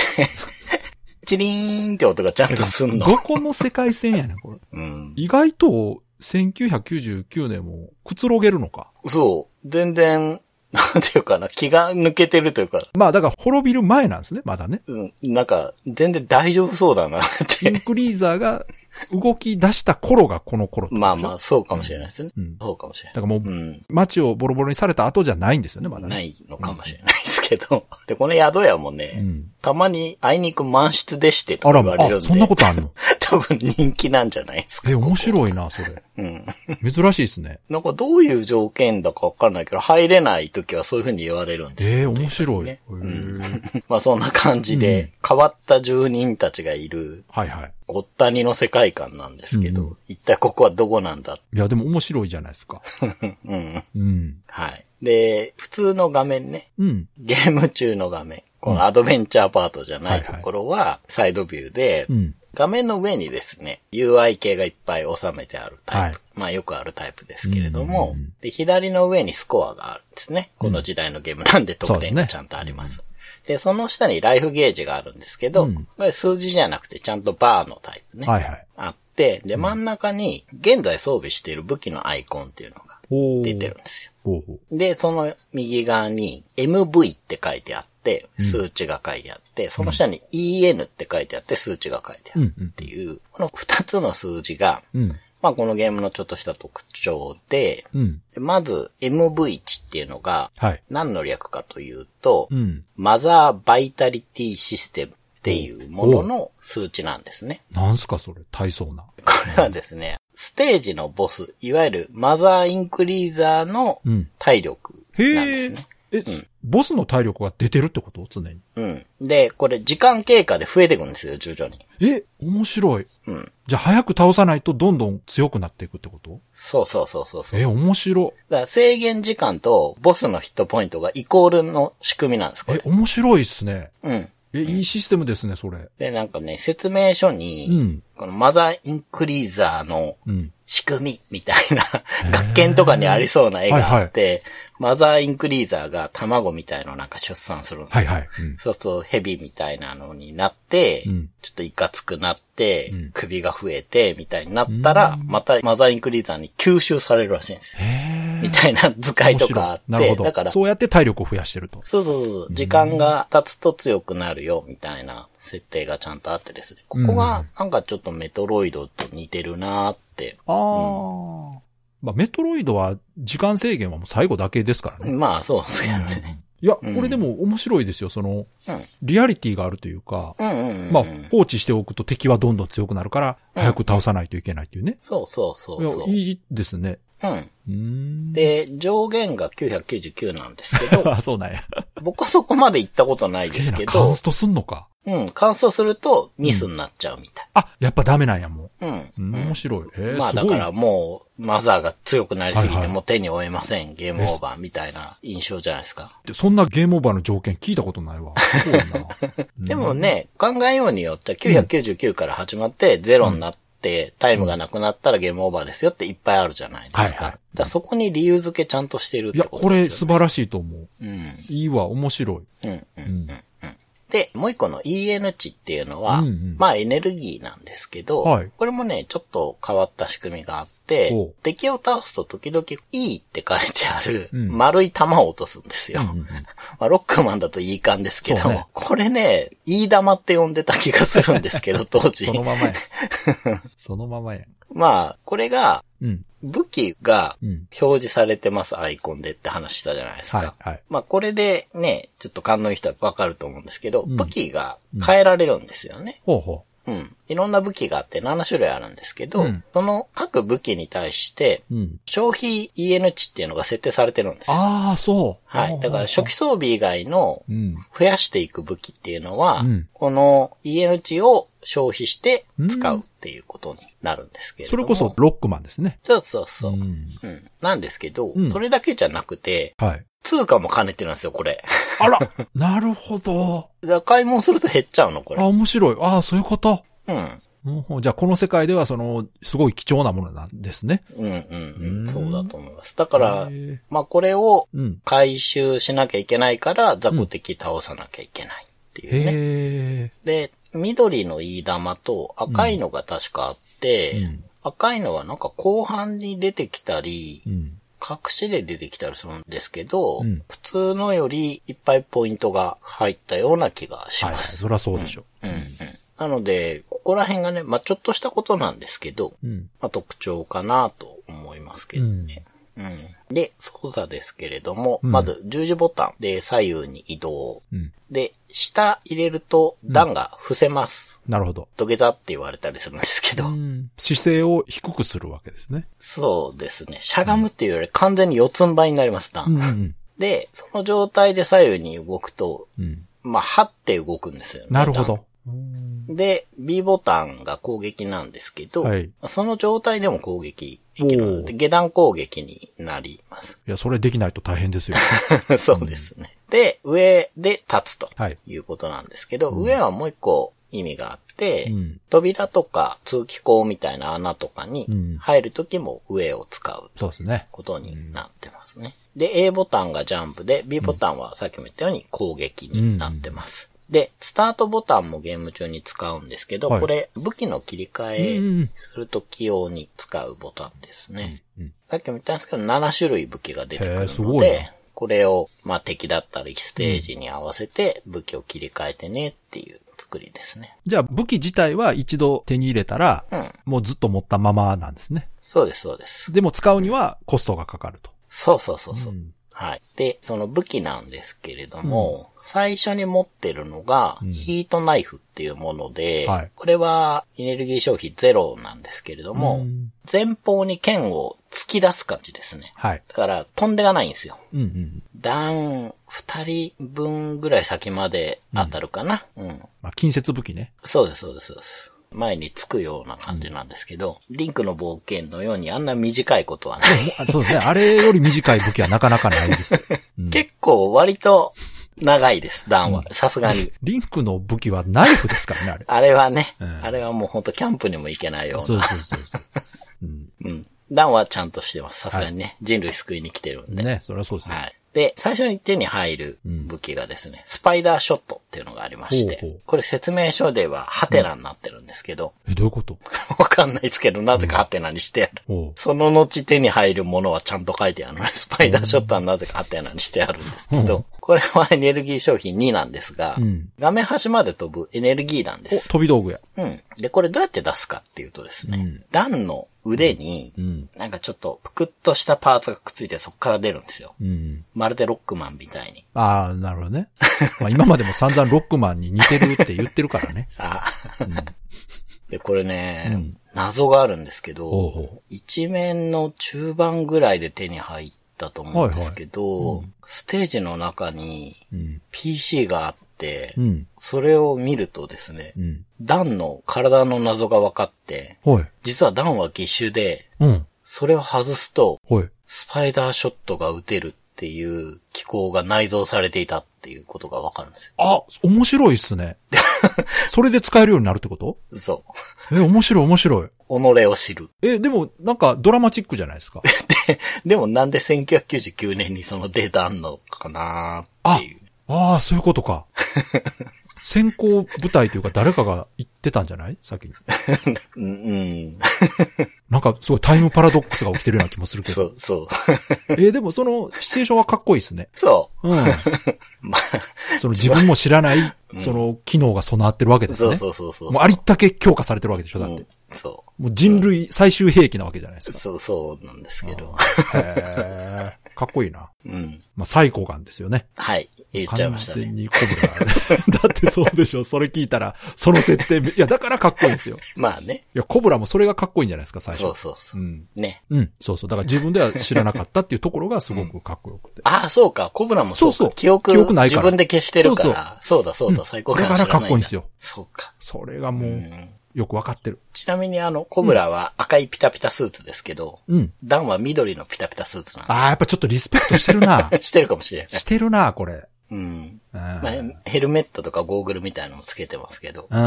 [SPEAKER 3] チリーンって音がちゃんとすんの。
[SPEAKER 2] どこの世界線やねん、これ。
[SPEAKER 3] うん。
[SPEAKER 2] 意外と、1999年もくつろげるのか。
[SPEAKER 3] そう。全然、 なんていうかな、気が抜けてるというか、
[SPEAKER 2] まあだから滅びる前なんですね、まだね。
[SPEAKER 3] うん、なんか、全然大丈夫そうだなっ
[SPEAKER 2] イ
[SPEAKER 3] て。
[SPEAKER 2] ンクリーザーが動き出した頃がこの頃ってことでしょ
[SPEAKER 3] まあまあ、。そうかもしれないですね。
[SPEAKER 2] うん。だ
[SPEAKER 3] そうかもしれな
[SPEAKER 2] か
[SPEAKER 3] い。
[SPEAKER 2] らもう、
[SPEAKER 3] うん。
[SPEAKER 2] 街をボロボロにされた後じゃないんですよね、まだね。
[SPEAKER 3] ないのかもしれないですけど。で、この宿屋もね、
[SPEAKER 2] うん
[SPEAKER 3] たまにあいにく満室でしてと
[SPEAKER 2] あ
[SPEAKER 3] から言われるん
[SPEAKER 2] あ、
[SPEAKER 3] で、
[SPEAKER 2] そんなことあんの
[SPEAKER 3] 多分人気なんじゃないですか。
[SPEAKER 2] え、面白いな、それ。
[SPEAKER 3] うん。
[SPEAKER 2] 珍しいですね。
[SPEAKER 3] なんかどういう条件だかわかんないけど、入れない時はそういう風に言われるんで
[SPEAKER 2] えー、面白い。
[SPEAKER 3] ね
[SPEAKER 2] へー
[SPEAKER 3] す。まあそんな感じ
[SPEAKER 2] う
[SPEAKER 3] で
[SPEAKER 2] ん、
[SPEAKER 3] 変わった住人たちがいる、
[SPEAKER 2] はいはい。
[SPEAKER 3] ごったにの世界観なんですけど、
[SPEAKER 2] うん
[SPEAKER 3] 一体ここはどこなんだ
[SPEAKER 2] いや、でも面白いじゃないですか。
[SPEAKER 3] うん。
[SPEAKER 2] うん。
[SPEAKER 3] はい。で、普通の画面ね。
[SPEAKER 2] うん。
[SPEAKER 3] ゲーム中の画面。このアドベンチャーパートじゃな
[SPEAKER 2] はい
[SPEAKER 3] い
[SPEAKER 2] は
[SPEAKER 3] と
[SPEAKER 2] い
[SPEAKER 3] ころは、サイドビューで
[SPEAKER 2] う、ん。
[SPEAKER 3] 画面の上にですね、UI 系がいっぱい収めてあるタイ
[SPEAKER 2] はい
[SPEAKER 3] プ。まあよくあるタイプですけれど
[SPEAKER 2] うんうん
[SPEAKER 3] も
[SPEAKER 2] うん、
[SPEAKER 3] で、左の上にスコアがあるんですね。この時代のゲームなんで得点
[SPEAKER 2] そうですね
[SPEAKER 3] がちゃんとあります。で、その下にライフゲージがあるんですけど、
[SPEAKER 2] うん
[SPEAKER 3] これ数字じゃなくてちゃんとバーのタイプね。
[SPEAKER 2] はいはい。
[SPEAKER 3] あって、で、真ん中に現在装備している武器のアイコンっていうのが
[SPEAKER 2] ほう。
[SPEAKER 3] 出てるんですよ。
[SPEAKER 2] ほうほ
[SPEAKER 3] で、その右側に MV って書いてあって、数値が書いてあって、その下に EN って書いてあって、数値が書いてあ
[SPEAKER 2] う。う
[SPEAKER 3] る
[SPEAKER 2] んうん
[SPEAKER 3] っ。ていう、この二つの数字が、
[SPEAKER 2] うん。
[SPEAKER 3] まあこのゲームのちょっとした特徴で、
[SPEAKER 2] うん。
[SPEAKER 3] でまず MV 値っていうのが
[SPEAKER 2] はい。
[SPEAKER 3] 何の略かというと、
[SPEAKER 2] うん。
[SPEAKER 3] マザーバイタリティシステムっていうものの数値なんですね。
[SPEAKER 2] なんすか、それ。大層な。
[SPEAKER 3] これはですね、ステージのボス、いわゆるマザーインクリーザーの
[SPEAKER 2] うん。
[SPEAKER 3] 体力
[SPEAKER 2] へ
[SPEAKER 3] なんで
[SPEAKER 2] え、
[SPEAKER 3] すね。
[SPEAKER 2] え、
[SPEAKER 3] ん
[SPEAKER 2] ボスの体力が出てるってこと常に。
[SPEAKER 3] うん。で、これ時間経過で増えていくんですよ、徐々に。
[SPEAKER 2] え、面白い。
[SPEAKER 3] うん。
[SPEAKER 2] じゃあ早く倒さないとどんどん強くなっていくってこと
[SPEAKER 3] そうそうそうそうそう。
[SPEAKER 2] え、面白。
[SPEAKER 3] だから制限時間とボスのヒットポイントがイコールの仕組みなんです、こ
[SPEAKER 2] え
[SPEAKER 3] れ、。
[SPEAKER 2] 面白いっすね。
[SPEAKER 3] うん。
[SPEAKER 2] え、いいシステムですね、それ。
[SPEAKER 3] で、なんかね、説明書
[SPEAKER 2] う
[SPEAKER 3] に、
[SPEAKER 2] ん。
[SPEAKER 3] このマザーインクリーザーの
[SPEAKER 2] うん。
[SPEAKER 3] 仕組みみたいな、学研とかにありそうな絵があって、マザーインクリーザーが卵みたいのなんか出産するんです
[SPEAKER 2] は
[SPEAKER 3] よ。
[SPEAKER 2] いはい。うん。
[SPEAKER 3] そうすると、ヘビみたいなのになって、
[SPEAKER 2] うん
[SPEAKER 3] ちょっといかつくなって、
[SPEAKER 2] うん
[SPEAKER 3] 首が増えて、みたいになったら、またマザーインクリーザーに吸収されるらしいんですよ。
[SPEAKER 2] へえ。
[SPEAKER 3] みたいな図解とかあっ
[SPEAKER 2] 面白いなる
[SPEAKER 3] て、
[SPEAKER 2] ほ
[SPEAKER 3] だか
[SPEAKER 2] ど。
[SPEAKER 3] ら、
[SPEAKER 2] そうやって体力を増やしてると。
[SPEAKER 3] そうそうそう。時間が経つと強くなるよ、みたいな設定がちゃんとあってですね。ここ
[SPEAKER 2] う
[SPEAKER 3] が
[SPEAKER 2] ん、
[SPEAKER 3] なんかちょっとメトロイドと似てるなーって。
[SPEAKER 2] ああ。まあ、メトロイドは時間制限はもう最後だけですからね。
[SPEAKER 3] まあ、そうですけどね。
[SPEAKER 2] いや、こ
[SPEAKER 3] うん
[SPEAKER 2] れでも面白いですよ。その、
[SPEAKER 3] うん
[SPEAKER 2] リアリティがあるというか、
[SPEAKER 3] うんうんうん。
[SPEAKER 2] まあ、放置しておくと敵はどんどん強くなるから、早く倒さないといけないっていうね。
[SPEAKER 3] そうそうそうそう。
[SPEAKER 2] いや、いいですね。
[SPEAKER 3] うん。
[SPEAKER 2] うーん。
[SPEAKER 3] で、上限が999なんですけど、
[SPEAKER 2] あそうなんや。
[SPEAKER 3] 僕はそこまで行ったことないです
[SPEAKER 2] すげ
[SPEAKER 3] け
[SPEAKER 2] えなカン
[SPEAKER 3] ど
[SPEAKER 2] ス、トすんのか。
[SPEAKER 3] うん、乾燥するとニスになっちゃうみたい。
[SPEAKER 2] あ、やっぱダメなんや、も
[SPEAKER 3] うん。
[SPEAKER 2] う。うん、面白い。えー、
[SPEAKER 3] まあ
[SPEAKER 2] すご
[SPEAKER 3] だ
[SPEAKER 2] い
[SPEAKER 3] からもう、マザーが強くなりすぎ
[SPEAKER 2] はいは
[SPEAKER 3] て
[SPEAKER 2] い
[SPEAKER 3] もう手に負えません、ゲームオーバーみたいな印象じゃないですか。
[SPEAKER 2] そんなゲームオーバーの条件聞いたことない わ。すごいなうん
[SPEAKER 3] でもね、考えようによっては999から始まって0になって、タイムがなくなったらゲームオーバーですよっていっぱいあるじゃないですか。
[SPEAKER 2] はいはい
[SPEAKER 3] だからそこに理由付けちゃんとしてるっ
[SPEAKER 2] い
[SPEAKER 3] て
[SPEAKER 2] や、
[SPEAKER 3] こ
[SPEAKER 2] ことれ
[SPEAKER 3] です
[SPEAKER 2] 素
[SPEAKER 3] よ、ね。
[SPEAKER 2] 晴らしいと思う。
[SPEAKER 3] これ、うん。
[SPEAKER 2] いいわ、面白い。
[SPEAKER 3] うん、う。
[SPEAKER 2] うんん。
[SPEAKER 3] で、もう一個の EN 値っていうのは、
[SPEAKER 2] うんうん
[SPEAKER 3] まあエネルギーなんですけど、
[SPEAKER 2] はい
[SPEAKER 3] これもね、ちょっと変わった仕組みがあって
[SPEAKER 2] ほう、
[SPEAKER 3] 敵を倒すと時々 E って書いてある
[SPEAKER 2] うん
[SPEAKER 3] 丸い弾を落とすんですよ。
[SPEAKER 2] うん うん
[SPEAKER 3] まあ、ロックマンだと E 缶ですけど、
[SPEAKER 2] そうね
[SPEAKER 3] これね、E 玉って呼んでた気がするんですけど、当時
[SPEAKER 2] そ。のま まや。そのままや。
[SPEAKER 3] まあ、これが
[SPEAKER 2] うん。
[SPEAKER 3] 武器が
[SPEAKER 2] うん。
[SPEAKER 3] 表示されてます、アイコンでって話したじゃないですか。
[SPEAKER 2] はい、はい。
[SPEAKER 3] まあこれでね、ちょっと勘のいい人はわかると思うんですけど、
[SPEAKER 2] うん
[SPEAKER 3] 武器が変えられるんですよね。
[SPEAKER 2] ほうほ
[SPEAKER 3] うん。いろんな武器があって7種類あるんですけど、
[SPEAKER 2] うん
[SPEAKER 3] その各武器に対して、
[SPEAKER 2] う。うん。
[SPEAKER 3] 消費 EN 値っていうのが設定されてるんですよ。
[SPEAKER 2] ああ、そう。
[SPEAKER 3] はい。だから初期
[SPEAKER 2] 期。
[SPEAKER 3] 装備以外の
[SPEAKER 2] うん。
[SPEAKER 3] 増やしていく武器っていうのは、
[SPEAKER 2] うん
[SPEAKER 3] この EN 値を消費して使うっていうことになるんですけれ
[SPEAKER 2] そ
[SPEAKER 3] ど
[SPEAKER 2] れ
[SPEAKER 3] も。
[SPEAKER 2] こそ。ロックマンですね。
[SPEAKER 3] そうそうそう。うん
[SPEAKER 2] ん。
[SPEAKER 3] なんですけど、
[SPEAKER 2] うん
[SPEAKER 3] それだけじゃなくて、
[SPEAKER 2] はい。
[SPEAKER 3] 通貨も兼ねてるんですよ、これ。
[SPEAKER 2] あら なるほど。
[SPEAKER 3] だから買い物すると減っちゃうの、こ
[SPEAKER 2] あ、
[SPEAKER 3] れ。
[SPEAKER 2] 面白い。ああ、そういうこと。
[SPEAKER 3] うん。
[SPEAKER 2] うんほうじゃあ、この世界では、その、すごい貴重なものなんですね。
[SPEAKER 3] うんうんう
[SPEAKER 2] うん
[SPEAKER 3] ん。そうだと思います。だから
[SPEAKER 2] へ、え
[SPEAKER 3] まあこれを
[SPEAKER 2] うん。
[SPEAKER 3] 回収しなきゃいけないから、雑魚敵倒さなきゃいけないっていうね。
[SPEAKER 2] へえ。
[SPEAKER 3] で、緑の飯玉と赤いのが確かあって、
[SPEAKER 2] うん
[SPEAKER 3] 赤いのはなんか後半に出てきたり
[SPEAKER 2] う、ん。
[SPEAKER 3] 隠しで出てきたりするんですけど、
[SPEAKER 2] うん
[SPEAKER 3] 普通のよりいっぱいポイントが入ったような気がし
[SPEAKER 2] はい
[SPEAKER 3] ま
[SPEAKER 2] はい。
[SPEAKER 3] す。
[SPEAKER 2] そりゃそうでしょ。
[SPEAKER 3] うんうんなので、ここら辺がね、まあ、ちょっとしたことなんですけど、
[SPEAKER 2] うん。
[SPEAKER 3] まあ、特徴かなと思いますけどね。うん。で、操作ですけれども、
[SPEAKER 2] うん
[SPEAKER 3] まず十字ボタンで左右に移動。
[SPEAKER 2] うん。
[SPEAKER 3] で、下入れると段が伏せます。
[SPEAKER 2] なるほど。
[SPEAKER 3] 土下座って言われたりするんですけど、
[SPEAKER 2] うん姿勢を低くするわけですね。
[SPEAKER 3] そうですね。しゃがむっていうより完全に四つん這いになります、段。
[SPEAKER 2] うんうん
[SPEAKER 3] で、その状態で左右に動くと、
[SPEAKER 2] うん。
[SPEAKER 3] まあ、はって動くんですよね。
[SPEAKER 2] なるほ
[SPEAKER 3] 段
[SPEAKER 2] ど。うん
[SPEAKER 3] で、B ボタンが攻撃なんですけど、
[SPEAKER 2] はい
[SPEAKER 3] その状態でも攻撃できるので、
[SPEAKER 2] おー
[SPEAKER 3] 下段攻撃になります。
[SPEAKER 2] いや、それできないと大変 ですよ。
[SPEAKER 3] そうですね。で、上で立つと
[SPEAKER 2] はい。
[SPEAKER 3] いうことなんですけど、上はもう一個意味があって、
[SPEAKER 2] うん
[SPEAKER 3] 扉とか通気口みたいな穴とか
[SPEAKER 2] う
[SPEAKER 3] に
[SPEAKER 2] ん
[SPEAKER 3] 入るときも上を使う
[SPEAKER 2] そうですね。
[SPEAKER 3] ことになってますね。で、A ボタンがジャンプで、B ボタンはさっきも言ったように攻撃になってます。で、スタートボタンもゲーム中に使うんですけど、
[SPEAKER 2] はい
[SPEAKER 3] これ武器の切り
[SPEAKER 2] うんう
[SPEAKER 3] 替え
[SPEAKER 2] ん
[SPEAKER 3] すると器用に使うボタンですね。
[SPEAKER 2] うん
[SPEAKER 3] さっきも言ったんですけど、7種類武器が出てく
[SPEAKER 2] へー
[SPEAKER 3] る
[SPEAKER 2] す
[SPEAKER 3] の
[SPEAKER 2] ごい
[SPEAKER 3] で
[SPEAKER 2] な、
[SPEAKER 3] これを、まあ、敵だったりステージに合わせて武器を切り替えてねっていう作りですね。
[SPEAKER 2] じゃあ武器自体は一度手に入れたら、
[SPEAKER 3] うん。
[SPEAKER 2] もうずっと持ったままなんですね。
[SPEAKER 3] そうです、そうです。
[SPEAKER 2] でも使うにはコストがかかると。
[SPEAKER 3] そうそうそうそう。
[SPEAKER 2] うん
[SPEAKER 3] はい。で、その武器なんですけれども、最初に持ってるのが、ヒートナイフっていうもので、
[SPEAKER 2] はい
[SPEAKER 3] これはエネルギー消費ゼロなんですけれども、
[SPEAKER 2] うん
[SPEAKER 3] 前方に剣を突き出す感じですね。
[SPEAKER 2] はい。
[SPEAKER 3] だから、飛んでがないんですよ。
[SPEAKER 2] うんうん。
[SPEAKER 3] 段、二人分ぐらい先まで当たるかな。うん。
[SPEAKER 2] まあ、近接武器ね。
[SPEAKER 3] そうです、そうです、そうです。前につくような感じなんですけど、リンクの冒険のようにあんな短いことはない。
[SPEAKER 2] あそうですね。あれより短い武器はなかなかない です。うん
[SPEAKER 3] 結構割と長いです、段は。さすがに。
[SPEAKER 2] リンクの武器はナイフですからね、あれ。
[SPEAKER 3] あれはね、
[SPEAKER 2] うん
[SPEAKER 3] あれはもうほんとキャンプにも行けないよう
[SPEAKER 2] そう
[SPEAKER 3] な。
[SPEAKER 2] そうそうそう。うん
[SPEAKER 3] うん。段はちゃんとしてます。さすがにね、人類救いに来てるんで。
[SPEAKER 2] ね、それはそうですね。
[SPEAKER 3] はい。で、最初に手に入る武器がですね、スパイダーショットっていうのがありまして、
[SPEAKER 2] ほうほう
[SPEAKER 3] これ説明書ではハテナになってるんですけど、
[SPEAKER 2] え、どういうこと
[SPEAKER 3] わかんないですけど、なぜかハテナにしてある。
[SPEAKER 2] おう
[SPEAKER 3] その後手に入るものはちゃんと書いてある のに、スパイダーショットはなぜかハテナにしてあるんですけ
[SPEAKER 2] うん
[SPEAKER 3] ど、これはエネルギー商品2なんですが、
[SPEAKER 2] うん
[SPEAKER 3] 画面端まで飛ぶエネルギーなんで
[SPEAKER 2] お、
[SPEAKER 3] す。
[SPEAKER 2] 飛び道具や。
[SPEAKER 3] うん。で、これどうやって出すかっていうとですね、
[SPEAKER 2] うん
[SPEAKER 3] 段の腕に、
[SPEAKER 2] うん。
[SPEAKER 3] なんかちょっとぷくっとしたパーツがくっついてそこから出るんですよ。
[SPEAKER 2] うん。
[SPEAKER 3] まるでロックマンみたいに。
[SPEAKER 2] ああ、なるほどね。 まあ今までも散々ロックマンに似てるって言ってるから ね。
[SPEAKER 3] あーで、これね、
[SPEAKER 2] うん
[SPEAKER 3] 謎があるんですけ
[SPEAKER 2] おう
[SPEAKER 3] ど、
[SPEAKER 2] お
[SPEAKER 3] 一面の中盤ぐらいで手に入ったと思うんですけど、
[SPEAKER 2] はいはいうん
[SPEAKER 3] ステージの中に
[SPEAKER 2] う。うん。
[SPEAKER 3] PC があって、
[SPEAKER 2] うん。
[SPEAKER 3] それを見るとですね
[SPEAKER 2] う、ん。
[SPEAKER 3] ダンの体の謎が分かって、
[SPEAKER 2] ほい。
[SPEAKER 3] 実はダンは義手で、
[SPEAKER 2] うん。
[SPEAKER 3] それを外すと、
[SPEAKER 2] ほい。
[SPEAKER 3] スパイダーショットが撃てるっていう機構が内蔵されていたっていうことが分かるんですよ。
[SPEAKER 2] あ、面白いっす ね。それで使えるようになるってこと
[SPEAKER 3] 嘘。
[SPEAKER 2] え、面白い面白い。
[SPEAKER 3] 己を知る。
[SPEAKER 2] え、でも、なんかドラマチックじゃないですか。
[SPEAKER 3] でもなんで1999年にそのデータあんのかなーっていう。
[SPEAKER 2] ああ、そういうこと か。先行部隊というか誰かが言ってたんじゃない先に。
[SPEAKER 3] うん、うん。
[SPEAKER 2] なんかすごいタイムパラドックスが起きてるような気もするけ
[SPEAKER 3] そ
[SPEAKER 2] ど。
[SPEAKER 3] う、そう。
[SPEAKER 2] えーでもそのシチュエーションはかっこいいですね。
[SPEAKER 3] そ
[SPEAKER 2] うん。
[SPEAKER 3] う。 まあ、
[SPEAKER 2] その自分も知らない、その機能が備わってるわけです
[SPEAKER 3] そ
[SPEAKER 2] ね。
[SPEAKER 3] うそうそうそう。
[SPEAKER 2] もうありったけ強化されてるわけでしょだって。
[SPEAKER 3] うんそ
[SPEAKER 2] もう人類最終兵器なわけじゃないです
[SPEAKER 3] う。
[SPEAKER 2] か。
[SPEAKER 3] そう、そうなんですけど。
[SPEAKER 2] へーかっこいいな。
[SPEAKER 3] うん。
[SPEAKER 2] まあ、サイコガンですよね。
[SPEAKER 3] はい。言っちゃいました
[SPEAKER 2] 完全
[SPEAKER 3] ね。
[SPEAKER 2] にコブラ。 だってそうでしょ。それ聞いたら、その設定め、いや、だからかっこいいんですよ。
[SPEAKER 3] まあね。
[SPEAKER 2] いや、コブラもそれがかっこいいんじゃないですか、最初。。
[SPEAKER 3] そうそうそう
[SPEAKER 2] ん。
[SPEAKER 3] う。ね。
[SPEAKER 2] うん、そうそう。だから自分では知らなかったっていうところがすごくかっこよくて。
[SPEAKER 3] ああ、そうか。コブラもそうか。
[SPEAKER 2] そうそう
[SPEAKER 3] 記憶
[SPEAKER 2] 記憶ないか
[SPEAKER 3] 自
[SPEAKER 2] ら
[SPEAKER 3] 分で消してるから。そうだそうだ、
[SPEAKER 2] うん
[SPEAKER 3] 最高感
[SPEAKER 2] だからかっこいいんですよ。
[SPEAKER 3] そうか。
[SPEAKER 2] それが
[SPEAKER 3] う。
[SPEAKER 2] もうんよくわかってる。
[SPEAKER 3] ちなみにあの、コブラは赤いピタピタスーツですけど、
[SPEAKER 2] うん。
[SPEAKER 3] ダンは緑のピタピタスーツなん
[SPEAKER 2] ああ、やっぱちょっとリスペクトしてる な。
[SPEAKER 3] で。してるかもしれない
[SPEAKER 2] し。てるな、これ。
[SPEAKER 3] うん。
[SPEAKER 2] うん。
[SPEAKER 3] まあ、ヘルメットとかゴーグルみたいなのもつけてますけど、
[SPEAKER 2] うん。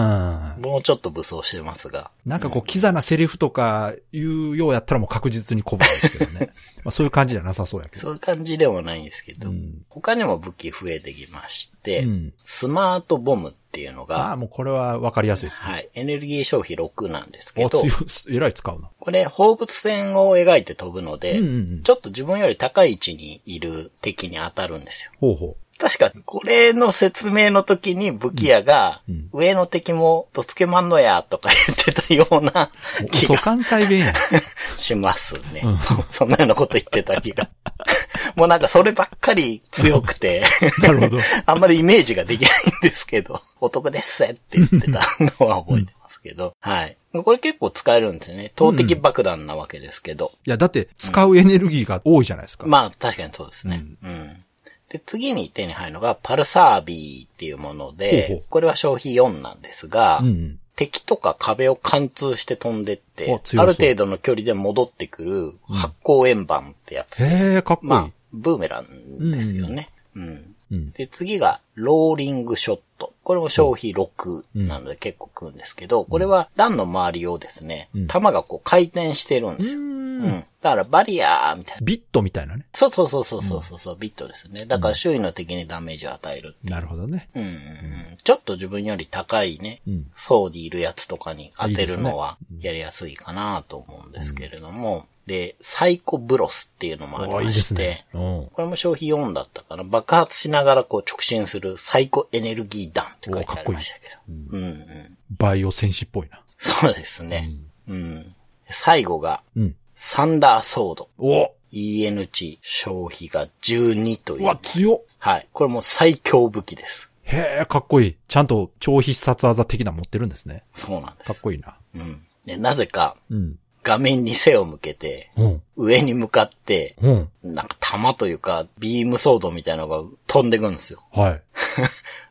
[SPEAKER 3] もうちょっと武装してますが。
[SPEAKER 2] なんかこう、キザなセリフとか言うようやったらもう確実にコブラですけど ね。まあそういう感じじゃなさそうやけど。
[SPEAKER 3] そういう感じではないんですけど、
[SPEAKER 2] うん
[SPEAKER 3] 他にも武器増えてきまして、
[SPEAKER 2] うん。
[SPEAKER 3] スマートボムっていうの
[SPEAKER 2] ああ、
[SPEAKER 3] が、
[SPEAKER 2] もうこれはわかりやすいですね。
[SPEAKER 3] はい、エネルギー消費6なんですけ
[SPEAKER 2] お
[SPEAKER 3] ど
[SPEAKER 2] 強い、えらい使うな。
[SPEAKER 3] これ放物線を描いて飛ぶので、
[SPEAKER 2] うんうんうん
[SPEAKER 3] ちょっと自分より高い位置にいる敵に当たるんですよ。
[SPEAKER 2] ほうほ
[SPEAKER 3] 確か、これの説明の時に武器屋が、
[SPEAKER 2] うん
[SPEAKER 3] 上の敵もどつけまんのや、とか言ってたような
[SPEAKER 2] お
[SPEAKER 3] 気
[SPEAKER 2] 疎
[SPEAKER 3] が
[SPEAKER 2] 関西弁やん。
[SPEAKER 3] しますね。
[SPEAKER 2] うん
[SPEAKER 3] そ そんなようなこと言ってた気が。 もうなんかそればっかり強くて、
[SPEAKER 2] なるほど。
[SPEAKER 3] あんまりイメージができないんですけど、 男ですって言ってたのは覚えてますけど、はい。これ結構使えるんですよね。投擲爆弾なわけですけど。
[SPEAKER 2] いや、だって使うエネルギーが多いじゃないですか。
[SPEAKER 3] まあ確かにそうですね。うん。で、次に手に入るのが、パルサービーっていうもので、
[SPEAKER 2] ほうほう
[SPEAKER 3] これは消費4なんですが、
[SPEAKER 2] うんうん。
[SPEAKER 3] 敵とか壁を貫通して飛んでって、
[SPEAKER 2] お強そう
[SPEAKER 3] ある程度の距離で戻ってくる発光円盤ってやつ。
[SPEAKER 2] へえ、かっこいい。
[SPEAKER 3] まあ、ブーメランですよね。うん。
[SPEAKER 2] うん。
[SPEAKER 3] で、次が、ローリングショット。これも消費6なので結構食うんですけど、これは弾の周りをですね、
[SPEAKER 2] うん
[SPEAKER 3] 弾がこう回転してるんですよ。うん。
[SPEAKER 2] うん。
[SPEAKER 3] だからバリアーみたいな。
[SPEAKER 2] ビットみたいなね。
[SPEAKER 3] そうそうそうそうそうそう、ビットですね。だから周囲の敵にダメージを与える。
[SPEAKER 2] なるほどね。
[SPEAKER 3] うんうんうん。ちょっと自分より高いね、
[SPEAKER 2] うん。
[SPEAKER 3] 層にいるやつとかに当てるのはやりやすいかなと思うんですけれども、で、サイコブロスっていうのもあり
[SPEAKER 2] おーい
[SPEAKER 3] ま
[SPEAKER 2] いで
[SPEAKER 3] し
[SPEAKER 2] す
[SPEAKER 3] て、
[SPEAKER 2] ね。うん。
[SPEAKER 3] これも消費4だったかな。爆発しながらこう直進するサイコエネルギー弾って書いてありましたけど。うんうん。
[SPEAKER 2] バイオ戦士っぽいな。
[SPEAKER 3] そうですね。うん。最後が、
[SPEAKER 2] うん。
[SPEAKER 3] サンダーソード。
[SPEAKER 2] お
[SPEAKER 3] ENT 消費が12というう
[SPEAKER 2] わ、。強っ。
[SPEAKER 3] はい。これも最強武器です。
[SPEAKER 2] へえ、かっこいい。ちゃんと超必殺技的なの持ってるんですね。
[SPEAKER 3] そうなんだ。
[SPEAKER 2] かっこいいな。
[SPEAKER 3] うん。で、なぜか、
[SPEAKER 2] うん。
[SPEAKER 3] 画面に背を向けて、
[SPEAKER 2] うん。
[SPEAKER 3] 上に向かって、
[SPEAKER 2] うん。
[SPEAKER 3] なんか弾というか、ビームソードみたいなのが飛んでくんですよ。
[SPEAKER 2] はい。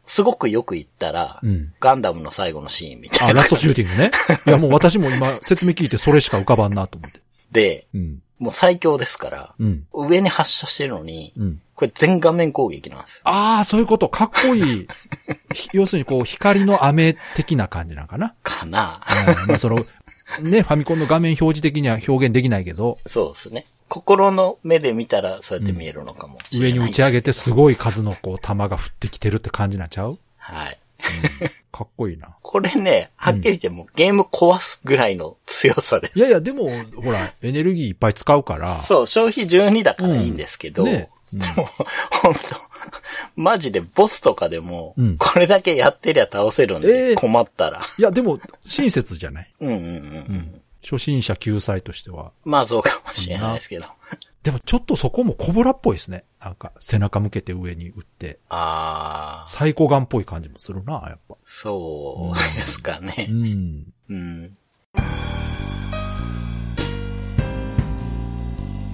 [SPEAKER 3] すごくよく言ったら、
[SPEAKER 2] うん
[SPEAKER 3] ガンダムの最後のシーンみた
[SPEAKER 2] あ、
[SPEAKER 3] いな
[SPEAKER 2] ラストシューティングね。いや、もう私も今説明聞いてそれしか浮かばんなと思って。
[SPEAKER 3] で、
[SPEAKER 2] うん。
[SPEAKER 3] もう最強ですから、
[SPEAKER 2] うん。
[SPEAKER 3] 上に発射してるのに、
[SPEAKER 2] うん。
[SPEAKER 3] これ全画面攻撃なんですよ。
[SPEAKER 2] ああ、そういうこと。かっこい い。ひ要するにこう、光の飴的な感じなんかな。
[SPEAKER 3] かな
[SPEAKER 2] うんまあその、ね、ファミコンの画面表示的には表現できないけど、
[SPEAKER 3] そうですね。心の目で見たらそうやって見えるのかもしれな
[SPEAKER 2] 上
[SPEAKER 3] い。
[SPEAKER 2] に打ち上げてすごい数のこう、弾が降ってきてるって感じなんちゃう
[SPEAKER 3] はい。
[SPEAKER 2] かっこいいな。
[SPEAKER 3] これね、はっきり言ってもうゲーム壊すぐらいの強さです。
[SPEAKER 2] いやいや、でも、ほら、エネルギーいっぱい使うから、
[SPEAKER 3] そう、消費12だからいいんですけど、
[SPEAKER 2] ね。
[SPEAKER 3] でも、本当マジでボスとかでも
[SPEAKER 2] うん、
[SPEAKER 3] これだけやってりゃ倒せるん
[SPEAKER 2] え
[SPEAKER 3] で、
[SPEAKER 2] え
[SPEAKER 3] 困ったら。
[SPEAKER 2] いや、でも、親切じゃない。
[SPEAKER 3] うんうんうん。
[SPEAKER 2] 初心者救済としては。
[SPEAKER 3] まあそうかもしれないですけど。
[SPEAKER 2] でも、ちょっとそこもコブラっぽいですね。なんか、背中向けて上に打って、
[SPEAKER 3] あー、
[SPEAKER 2] サイコガンっぽい感じもするな、やっぱ。
[SPEAKER 3] そうですか
[SPEAKER 2] う
[SPEAKER 3] ね。
[SPEAKER 2] ん。
[SPEAKER 3] うん。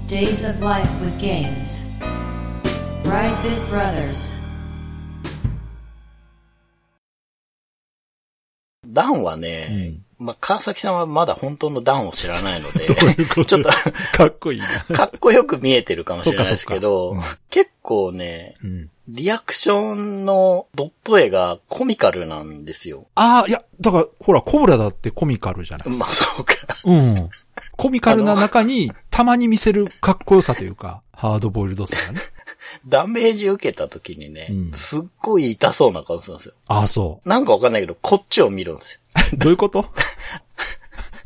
[SPEAKER 1] Days of Life with Games. Brightbit Brothers.
[SPEAKER 3] ダンはね、まあ川崎さんはまだ本当のダンを知らな いので、ちょっ
[SPEAKER 2] かっこいいな。
[SPEAKER 3] と、かっこよく見えてるかもしれないですけど
[SPEAKER 2] そっかそっか、
[SPEAKER 3] 結構ね、
[SPEAKER 2] うん。
[SPEAKER 3] リアクションのドット絵がコミカルなんですよ。
[SPEAKER 2] ああ、いや、だから、ほら、コブラだってコミカルじゃないですか。
[SPEAKER 3] まあそうか。
[SPEAKER 2] うん。コミカルな中に、たまに見せるかっこよさというか、ハードボイルドさが ね。
[SPEAKER 3] ダメージ受けた時にね、
[SPEAKER 2] うん
[SPEAKER 3] すっごい痛そうな顔するんですよ。
[SPEAKER 2] ああ、そう。
[SPEAKER 3] なんかわかんないけど、こっちを見るんですよ。
[SPEAKER 2] どういうこと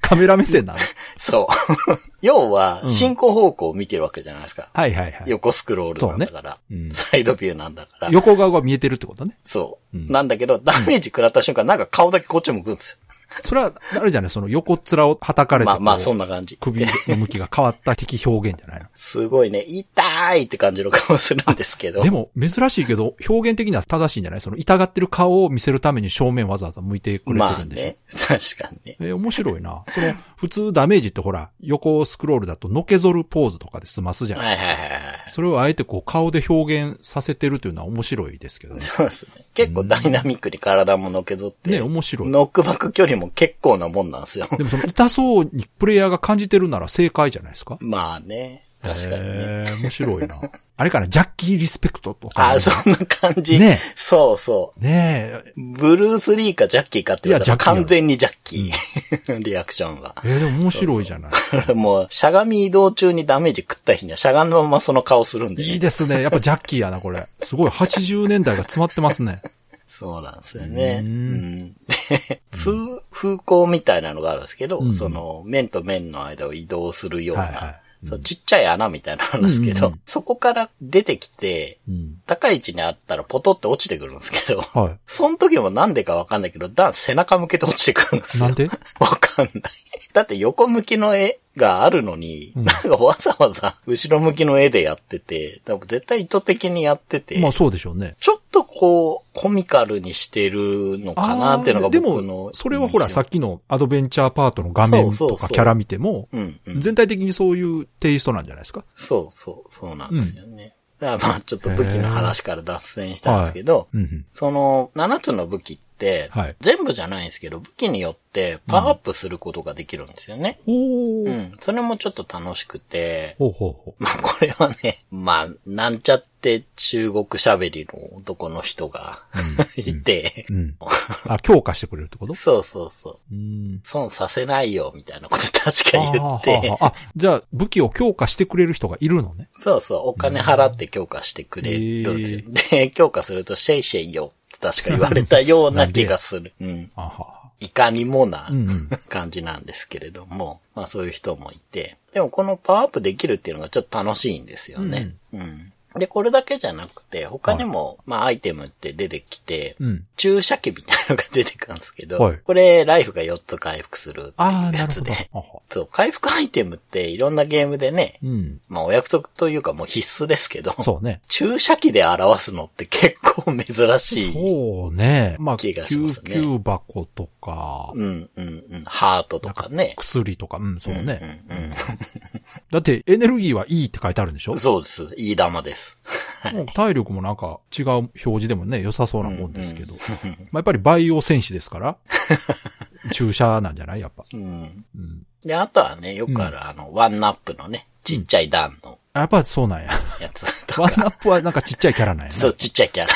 [SPEAKER 2] カメラ目線なの
[SPEAKER 3] そう。 要は
[SPEAKER 2] う、ん
[SPEAKER 3] 進行方向を見てるわけじゃないですか。
[SPEAKER 2] はいはいはい。
[SPEAKER 3] 横スクロールなんだから、
[SPEAKER 2] そうねうん
[SPEAKER 3] サイドビューなんだから、
[SPEAKER 2] 横顔が見えてるってことね。
[SPEAKER 3] そう、
[SPEAKER 2] うん
[SPEAKER 3] なんだけど、ダメージ食らった瞬間、なんか顔だけこっち向くんです
[SPEAKER 2] それは、あれじゃないその横っ面を叩か
[SPEAKER 3] よ。
[SPEAKER 2] れて、
[SPEAKER 3] まあまあ、そん
[SPEAKER 2] な。
[SPEAKER 3] な感じ。
[SPEAKER 2] 首の向きが変わった敵表現じゃないの。
[SPEAKER 3] すごいね、痛いって感じの顔するんですけど
[SPEAKER 2] で。も、珍しいけど、表現的には正しいんじゃないその痛がってる顔を見せるために正面わざわざ向いてくれて
[SPEAKER 3] ま
[SPEAKER 2] る
[SPEAKER 3] あ
[SPEAKER 2] んでしょ。
[SPEAKER 3] ね、確かにね。
[SPEAKER 2] えー面白いな。その、普通ダメージってほら、横スクロールだとのけぞるポーズとかで済ますじゃ
[SPEAKER 3] は
[SPEAKER 2] ないいです
[SPEAKER 3] は
[SPEAKER 2] か。
[SPEAKER 3] いはいはい。
[SPEAKER 2] それをあえてこう顔で表現させてるというのは面白いですけどね。
[SPEAKER 3] そうですね。結構ダイナミックに体ものけぞって、
[SPEAKER 2] ね、面白い。
[SPEAKER 3] ノックバック距離も結構なもんなんで すよ。
[SPEAKER 2] でもその痛そうにプレイヤーが感じてるなら正解じゃないですか。
[SPEAKER 3] まあね。確かにね。
[SPEAKER 2] えー面白いな。あれかな、ジャッキーリスペクトとか。
[SPEAKER 3] あ、そんな感じ。
[SPEAKER 2] ね
[SPEAKER 3] そうそう。
[SPEAKER 2] ねえ。
[SPEAKER 3] ブルース・リーかジャッキーかって言われたら
[SPEAKER 2] いやジャッキー
[SPEAKER 3] 完全にジャッキー。 リアクションは。
[SPEAKER 2] えーでも面白いじゃない。
[SPEAKER 3] もう、しゃがみ移動中にダメージ食った日にはしゃがんだままその顔するんで、ね。
[SPEAKER 2] いいですね。やっぱジャッキーやな、これ。すごい、80年代が詰まってますね。
[SPEAKER 3] そうなんですよね。
[SPEAKER 2] う
[SPEAKER 3] うんん。 で、通風光みたいなのがあるんですけど、
[SPEAKER 2] うん
[SPEAKER 3] その、面と面の間を移動するよう
[SPEAKER 2] はいは
[SPEAKER 3] ないそうちっちゃい穴みたいなのあるんですけど、
[SPEAKER 2] うんうんうん
[SPEAKER 3] そこから出てきて、
[SPEAKER 2] うん。
[SPEAKER 3] 高い位置にあったらポトって落ちてくるんですけど、
[SPEAKER 2] は
[SPEAKER 3] その時もなんでかわかんないけど、ダン背中向けて落ちてくるんです
[SPEAKER 2] い。
[SPEAKER 3] よ。
[SPEAKER 2] なんで
[SPEAKER 3] わかんない。だって横向きの絵があるのに、
[SPEAKER 2] うん
[SPEAKER 3] なんかわざわざ後ろ向きの絵でやってて、多分絶対意図的にやってて、
[SPEAKER 2] まあそうでしょうね。
[SPEAKER 3] ちょっとこう、コミカルにしてるのかなっていうのが
[SPEAKER 2] あーで
[SPEAKER 3] 僕の
[SPEAKER 2] でも、それはほら、
[SPEAKER 3] 印象
[SPEAKER 2] さっきのアドベンチャーパートの画面
[SPEAKER 3] そうそ
[SPEAKER 2] と
[SPEAKER 3] うそ
[SPEAKER 2] か
[SPEAKER 3] う
[SPEAKER 2] キャラ見ても、
[SPEAKER 3] うん、うん。
[SPEAKER 2] 全体的にそういうテイストなんじゃないですか
[SPEAKER 3] そうそう、そうなんですよね。だからまあちょっと武器の話から脱線したんですけど、
[SPEAKER 2] うんうん。
[SPEAKER 3] その7つの武器って、
[SPEAKER 2] はい
[SPEAKER 3] 全部じゃないんですけど、武器によってパワーアップすることができるんですよね。
[SPEAKER 2] ほ
[SPEAKER 3] う
[SPEAKER 2] ー。
[SPEAKER 3] ん。それもちょっと楽しくて、
[SPEAKER 2] ほうほうほ
[SPEAKER 3] まあこれはね、まあなんちゃって中国喋りの男の人が いて、
[SPEAKER 2] う。うん。あ、強化してくれるってこと
[SPEAKER 3] そうそうそ
[SPEAKER 2] う
[SPEAKER 3] う。
[SPEAKER 2] ん。
[SPEAKER 3] 損させないよ、みたいなこと確か言っ
[SPEAKER 2] あーはー
[SPEAKER 3] て
[SPEAKER 2] は、ーあ、じゃあ武器を強化してくれる人がいるのね。
[SPEAKER 3] そうそう、お金払って強化してくれるんですよ。で、強化するとシェイシェイよって確か言われたような気が する。うん。
[SPEAKER 2] あははい
[SPEAKER 3] かにもな
[SPEAKER 2] うんうん
[SPEAKER 3] 感じなんですけれども、まあそういう人もいて。でもこのパワーアップできるっていうのがちょっと楽しいんですよね。うん。で、これだけじゃなくて、他にも、まあアイテムって出てきて、
[SPEAKER 2] うん。
[SPEAKER 3] 注射器みたいなのが出てくるんですけど、
[SPEAKER 2] はい
[SPEAKER 3] これライフが4つ回復するって
[SPEAKER 2] ああ、
[SPEAKER 3] いう
[SPEAKER 2] な
[SPEAKER 3] や
[SPEAKER 2] るほ
[SPEAKER 3] つ
[SPEAKER 2] ど。は
[SPEAKER 3] で。
[SPEAKER 2] ーは
[SPEAKER 3] そう、回復アイテムっていろんなゲームでね、
[SPEAKER 2] ーうん。
[SPEAKER 3] まあお約束というかもう必須ですけど、
[SPEAKER 2] そうね。
[SPEAKER 3] 注射器で表すのって結構珍しい。
[SPEAKER 2] そうね。まあ、
[SPEAKER 3] 気がしま
[SPEAKER 2] 救
[SPEAKER 3] すね
[SPEAKER 2] 急箱とか、
[SPEAKER 3] うんうんうん。ハートとかね。
[SPEAKER 2] 薬とか、うん、そうね。
[SPEAKER 3] うんうん
[SPEAKER 2] だって、エネルギーはいいって書いてあるんでしょ
[SPEAKER 3] そうです。いい玉です。
[SPEAKER 2] もう体力もなんか違う表示でもね、良さそうなもんですけど。まあやっぱりバイオ戦士ですから、 注射なんじゃないやっぱ。
[SPEAKER 3] うん。
[SPEAKER 2] うん。
[SPEAKER 3] で、あとはね、よくある、あの、ワンナップのね、ちっちゃい段の
[SPEAKER 2] やっぱそうなんや。
[SPEAKER 3] やつと
[SPEAKER 2] ワン
[SPEAKER 3] か。
[SPEAKER 2] ナップはなんかちっちゃいキャラなんや
[SPEAKER 3] そ
[SPEAKER 2] な
[SPEAKER 3] う、ちっちゃいキャ